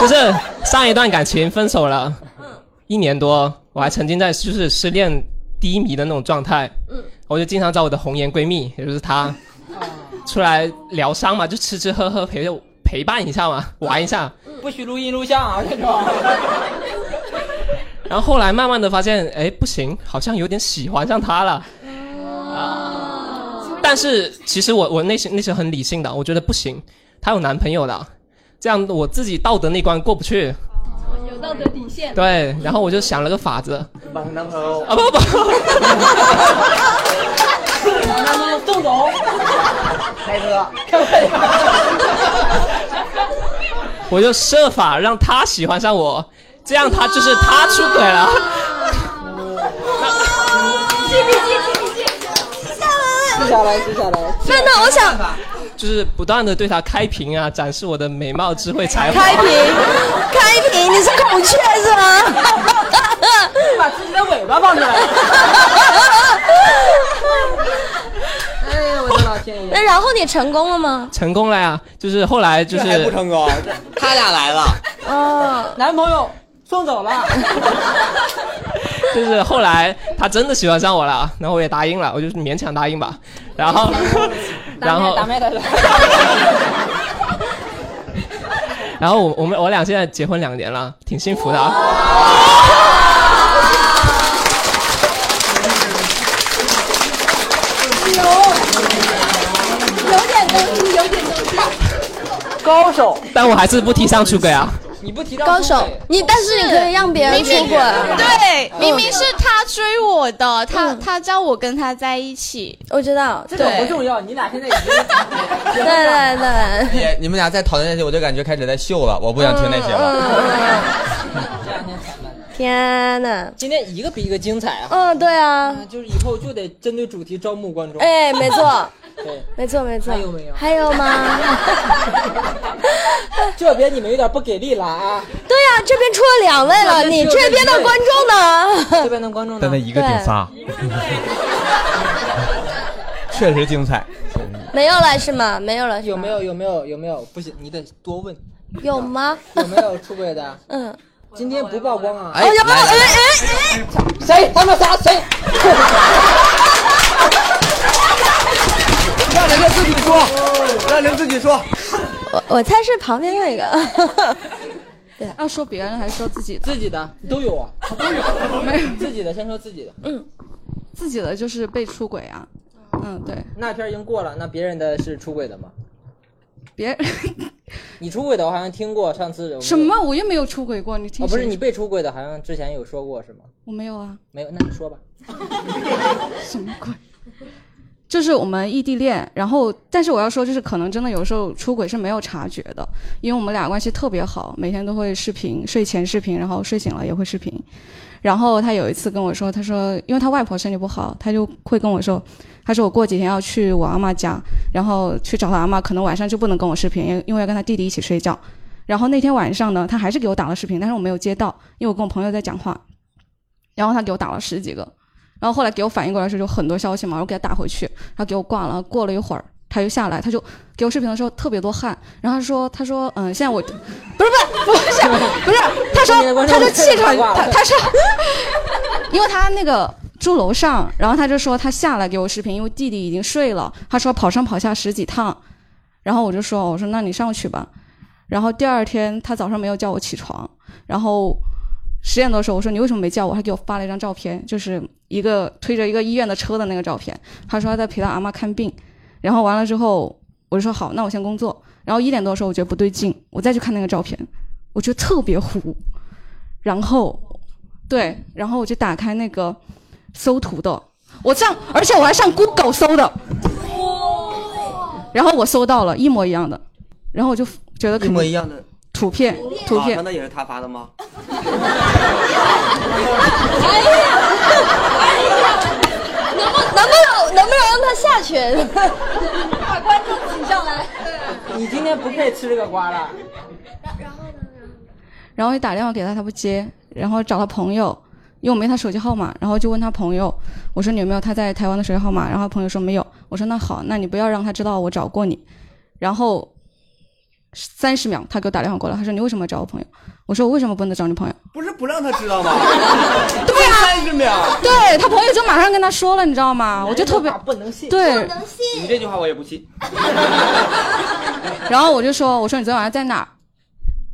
[SPEAKER 3] 就是上一段感情分手了，一年多，我还沉浸在就是失恋低迷的那种状态，我就经常找我的红颜闺蜜，也就是她，出来疗伤嘛，就吃吃喝喝陪着我陪伴一下嘛，玩一下。
[SPEAKER 2] 不许录音录像 啊，这种。
[SPEAKER 3] 然后后来慢慢的发现，哎，不行，好像有点喜欢上她了。
[SPEAKER 8] 哦
[SPEAKER 3] 啊！但是其实我我内心内心很理性的，我觉得不行，她有男朋友的，这样我自己道德那关过不去。
[SPEAKER 4] 有道德底线。
[SPEAKER 3] 对，然后我就想了个法子，
[SPEAKER 6] 把男朋友
[SPEAKER 3] 啊不不，
[SPEAKER 2] 那么郑总，
[SPEAKER 6] 开车，
[SPEAKER 3] 我就设法让他喜欢上我，这样他就是他出轨了。
[SPEAKER 4] 记笔记，记笔记。
[SPEAKER 2] 记下来，记下来。
[SPEAKER 8] 真的，我想
[SPEAKER 3] 就是不断的对他开屏啊，展示我的美貌、智慧、才华。
[SPEAKER 8] 开屏，开屏，你是孔雀是 吗？
[SPEAKER 2] 把自己的尾巴 放出来。哎呀，我的老天
[SPEAKER 8] 那
[SPEAKER 2] 爷！
[SPEAKER 8] 然后你成功了吗？
[SPEAKER 3] 成功了呀，就是后来就
[SPEAKER 6] 这还
[SPEAKER 3] 是
[SPEAKER 6] 不 成功？他俩来了，
[SPEAKER 8] 哦，
[SPEAKER 2] 男朋友送走了。
[SPEAKER 3] 就是后来他真的喜欢上我了，然后我也答应了，我就勉强答应吧。然后， 然后
[SPEAKER 2] 打，麦打麦的。
[SPEAKER 3] 然后我我们我俩现在结婚两年了，挺幸福的啊。
[SPEAKER 8] 有点东西，有点东西。
[SPEAKER 2] 高手，
[SPEAKER 3] 但我还是不提倡出轨啊。
[SPEAKER 2] 你不提
[SPEAKER 10] 高手，你但是你可以让别人出
[SPEAKER 9] 明明
[SPEAKER 10] 轨，
[SPEAKER 9] 对，
[SPEAKER 10] 嗯
[SPEAKER 9] 明明是他追我的，他他叫我跟他在一起，
[SPEAKER 10] 我知道，
[SPEAKER 2] 这个不重要，你俩现在已经
[SPEAKER 10] 对对对。
[SPEAKER 6] 姐，你们俩再讨论下去，我就感觉开始在秀了，我不想听那些
[SPEAKER 8] 嗯
[SPEAKER 6] 了。
[SPEAKER 10] 嗯天呐，
[SPEAKER 2] 今天一个比一个精彩啊！
[SPEAKER 10] 嗯，对啊，
[SPEAKER 2] 就是以后就得针对主题招募观众。
[SPEAKER 10] 哎，没错，
[SPEAKER 2] 对，
[SPEAKER 10] 没错，没错。
[SPEAKER 2] 还有没有
[SPEAKER 10] 还有吗？
[SPEAKER 2] 这边你们有点不给力了啊！
[SPEAKER 10] 对呀、这边出了两位了，你这边的观众呢？
[SPEAKER 2] 这边的
[SPEAKER 8] 嗯
[SPEAKER 2] 观众
[SPEAKER 6] 但那一个顶仨，确实精彩。
[SPEAKER 10] 没有了是吗？没有了是吗
[SPEAKER 2] 有没有有没有有没有？不行，你得多问，
[SPEAKER 10] 有吗？
[SPEAKER 2] 有没有出轨的？
[SPEAKER 10] 嗯，
[SPEAKER 2] 今天不曝光啊！
[SPEAKER 10] 哎要不要？哎哎哎，
[SPEAKER 2] 谁？他们仨谁？
[SPEAKER 19] 让人家自己说，让人自己说。
[SPEAKER 10] 我我猜是旁边 那个。对，
[SPEAKER 9] 要说别人还是说自己的？
[SPEAKER 2] 自己的都有啊，都有， 没有自己的先说自己的。
[SPEAKER 9] 嗯，自己的就是被出轨啊。嗯，对，
[SPEAKER 2] 那篇已经过了，那别人的是出轨的吗？
[SPEAKER 9] 别 人
[SPEAKER 2] 你出轨的我好像听过，上次有
[SPEAKER 9] 什？么？我又没有出轨过，你听
[SPEAKER 2] 哦，
[SPEAKER 9] 谁
[SPEAKER 2] 不是你被出轨的，好像之前有说过是吗？
[SPEAKER 9] 我没有啊，
[SPEAKER 2] 没有，那你说吧。
[SPEAKER 9] 什么 鬼？就是我们异地恋，然后但是我要说，就是可能真的有时候出轨是没有察觉的，因为我们俩关系特别好，每天都会视频，睡前视频，然后睡醒了也会视频。然后他有一次跟我说，他说因为他外婆身体不好，他就会跟我说，他说我过几天要去我阿妈家，然后去找他阿妈，可能晚上就不能跟我视频，因为因为要跟他弟弟一起睡觉。然后那天晚上呢，他还是给我打了视频，但是我没有接到，因为我跟我朋友在讲话，然后他给我打了十几个，然后后来给我反应过来的时候，就很多消息嘛，我给他打回去，他给我挂了。过了一会儿，他又下来，他就给我视频的时候特别多汗，然后他说，他说，嗯，现在我，不是不是不是不是，他说他就气喘，他他说，因为他那个住楼上，然后他就说他下来给我视频，因为弟弟已经睡了，他说跑上跑下十几趟，然后我就说，我说那你上去吧，然后第二天他早上没有叫我起床，然后十点多的时候我说你为什么没叫我？他给我发了一张照片，就是一个推着一个医院的车的那个照片。他说他在陪他阿妈看病，然后完了之后我就说好，那我先工作。然后一点多的时候我觉得不对劲，我再去看那个照片，我觉得特别糊。然后对，然后我就打开那个搜图的，我上而且我还上 Google 搜的，然后我搜到了一模一样的，然后我就觉得
[SPEAKER 19] 一模一样的啊
[SPEAKER 9] 图片图
[SPEAKER 19] 网
[SPEAKER 9] 片
[SPEAKER 19] 上。的也是他发的吗？
[SPEAKER 8] 能不能不能能不能让他下去？ 把观众请上来。
[SPEAKER 2] 你今天不配吃这个瓜了。
[SPEAKER 9] 然后就打电话给他，他不接，然后找他朋友，因为我没他手机号码，然后就问他朋友，我说你有没有他在台湾的手机号码？然后他朋友说没有，我说那好，那你不要让他知道我找过你。然后三十秒，他给我打电话过来，他说你为什么要找我朋友？我说我为什么不能找你朋友？
[SPEAKER 19] 不是不让他知道吗？对
[SPEAKER 8] 啊
[SPEAKER 19] 呀、三十秒。
[SPEAKER 9] 对他朋友就马上跟他说了，你知道吗？我就特别
[SPEAKER 2] 不能信
[SPEAKER 9] 对，
[SPEAKER 19] 你这句话我也不信。
[SPEAKER 9] 然后我就说，我说你昨天晚上在哪儿？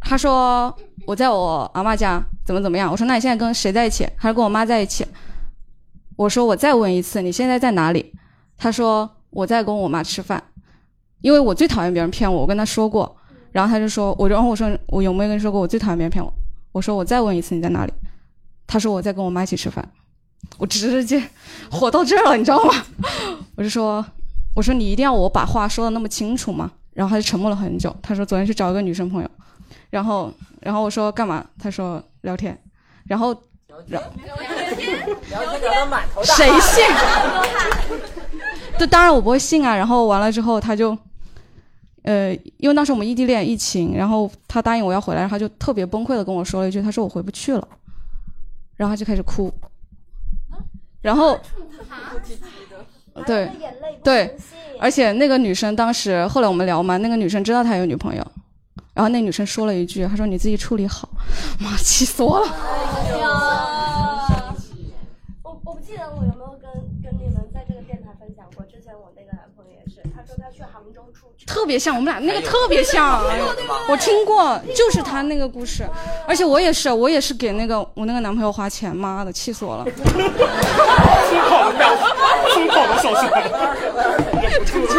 [SPEAKER 9] 他说我在我阿嬷家，怎么怎么样？我说那你现在跟谁在一起？他说跟我妈在一起。我说我再问一次，你现在在哪里？他说我在跟我妈吃饭，因为我最讨厌别人骗我，我跟他说过。然后他就说，我就然后我说我有没有跟你说过我最讨厌别人骗我？我说我再问一次你在哪里？他说我在跟我妈一起吃饭，我直接火到这儿了，你知道吗？ 我就说，我说你一定要我把话说的那么清楚吗？然后他就沉默了很久。他说昨天去找一个女生朋友，然后然后我说干嘛？他说聊天，然后然
[SPEAKER 2] 聊天聊得满头大汗。
[SPEAKER 9] 谁信？ 这当然我不会信啊。然后完了之后，他就，呃，因为当时我们异地恋疫情，然后他答应我要回来，然后他就特别崩溃的跟我说了一句，他说我回不去了，然后他就开始哭，然后
[SPEAKER 10] 哦
[SPEAKER 9] 对对，而且那个女生当时后来我们聊嘛，那个女生知道他有女朋友，然后那女生说了一句，她说你自己处理好，妈气死我了。
[SPEAKER 8] 哎呀，我我不记得我有没有跟跟你们在这个电台分享过，之前我那个男朋友也是，他说他去杭州出差，
[SPEAKER 9] 特别像我们俩那
[SPEAKER 2] 哎
[SPEAKER 9] 个特别像
[SPEAKER 8] 还有还有对吧，
[SPEAKER 9] 我听过，就是他那个故
[SPEAKER 8] 哎
[SPEAKER 9] 事，而且我也是，我也是给那个我那个男朋友花钱，妈的，气死 我了。
[SPEAKER 20] 出口的表情，出口的手势，忍不住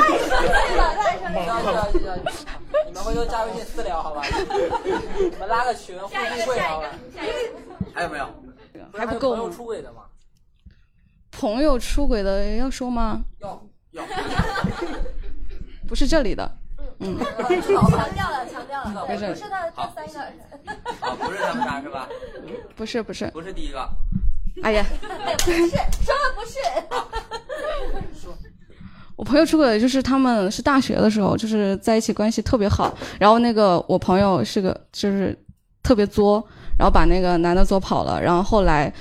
[SPEAKER 2] 你们回头加微信私聊好吧？你们拉个群互助会好吧？
[SPEAKER 21] 还有没有？
[SPEAKER 2] 还
[SPEAKER 9] 不够
[SPEAKER 2] 有朋
[SPEAKER 9] 吗
[SPEAKER 2] 友出轨的吗？
[SPEAKER 9] 朋友出轨的要说吗？
[SPEAKER 2] 要要。
[SPEAKER 9] 不是这里的，嗯，
[SPEAKER 8] 强调了，强调了，
[SPEAKER 9] 没事
[SPEAKER 8] 不是那那三个人，
[SPEAKER 21] 啊，不是他们仨是吧？
[SPEAKER 9] 不是不是，
[SPEAKER 21] 不是第一个。
[SPEAKER 9] 哎呀，
[SPEAKER 8] 对不是，说的不 是，说
[SPEAKER 9] 我朋友出轨的就是他们是大学的时候，就是在一起关系特别好，然后那个我朋友是个就是特别作，然后把那个男的作跑了，然后后来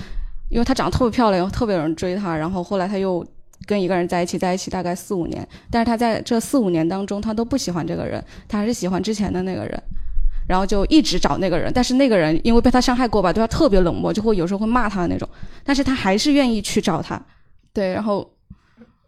[SPEAKER 9] 因为她长得特别漂亮，特别有人追她，然后后来她又跟一个人在一起，在一起大概四五年，但是她在这四五年当中，她都不喜欢这个人，她还是喜欢之前的那个人。然后就一直找那个人，但是那个人因为被她伤害过吧，对她特别冷漠，就会有时候会骂她的那种，但是她还是愿意去找他。对，然后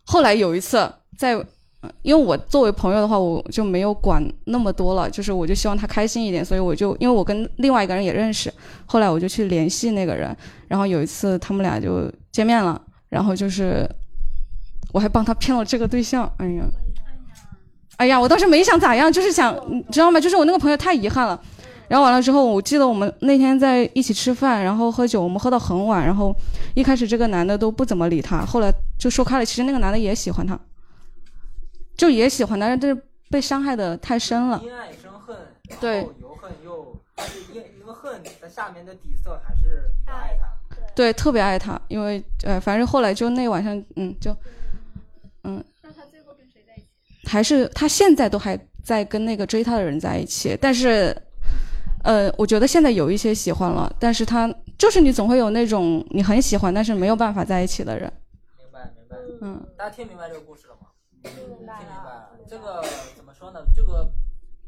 [SPEAKER 9] 后来有一次在，呃因为我作为朋友的话，我就没有管那么多了，就是我就希望他开心一点，所以我就因为我跟另外一个人也认识，后来我就去联系那个人，然后有一次他们俩就见面了，然后就是我还帮他骗了这个对象，哎呀。哎呀，我当时没想咋样，就是想，你知道吗？就是我那个朋友太遗憾了。然后完了之后，我记得我们那天在一起吃饭，然后喝酒，我们喝到很晚。然后一开始这个男的都不怎么理她，后来就说开了。其实那个男的也喜欢她，就也喜欢她，但是被伤害的太深了。
[SPEAKER 2] 因爱生恨，然后
[SPEAKER 9] 对
[SPEAKER 2] 由恨又，但是因因为恨在下面的底色还是有爱他。
[SPEAKER 9] 对，特别爱他，因为呃，反正后来就那晚上，嗯，就，嗯，
[SPEAKER 8] 那他最后跟谁在一起？
[SPEAKER 9] 还是他现在都还在跟那个追他的人在一起，但是，呃，我觉得现在有一些喜欢了，但是他就是你总会有那种你很喜欢，但是没有办法在一起的人。
[SPEAKER 2] 明白明白，
[SPEAKER 9] 嗯，
[SPEAKER 2] 大家听明白这个故事了吗？听明
[SPEAKER 8] 白
[SPEAKER 2] 了。这个怎么说呢？这个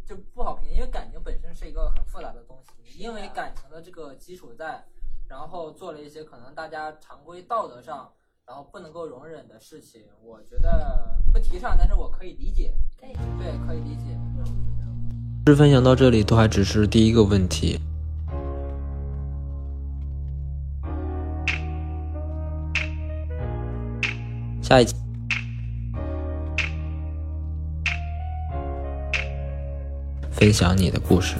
[SPEAKER 2] 就不好评，因为感情本身是一个很复杂的东西，因为感情的这个基础在，然后做了一些可能大家常规道德上然后不能够容忍的事情，我觉得不提倡，但是我可以理解，对，可以理解。
[SPEAKER 6] 故事分享到这里都还只是第一个问题，下一期。分享你的故事。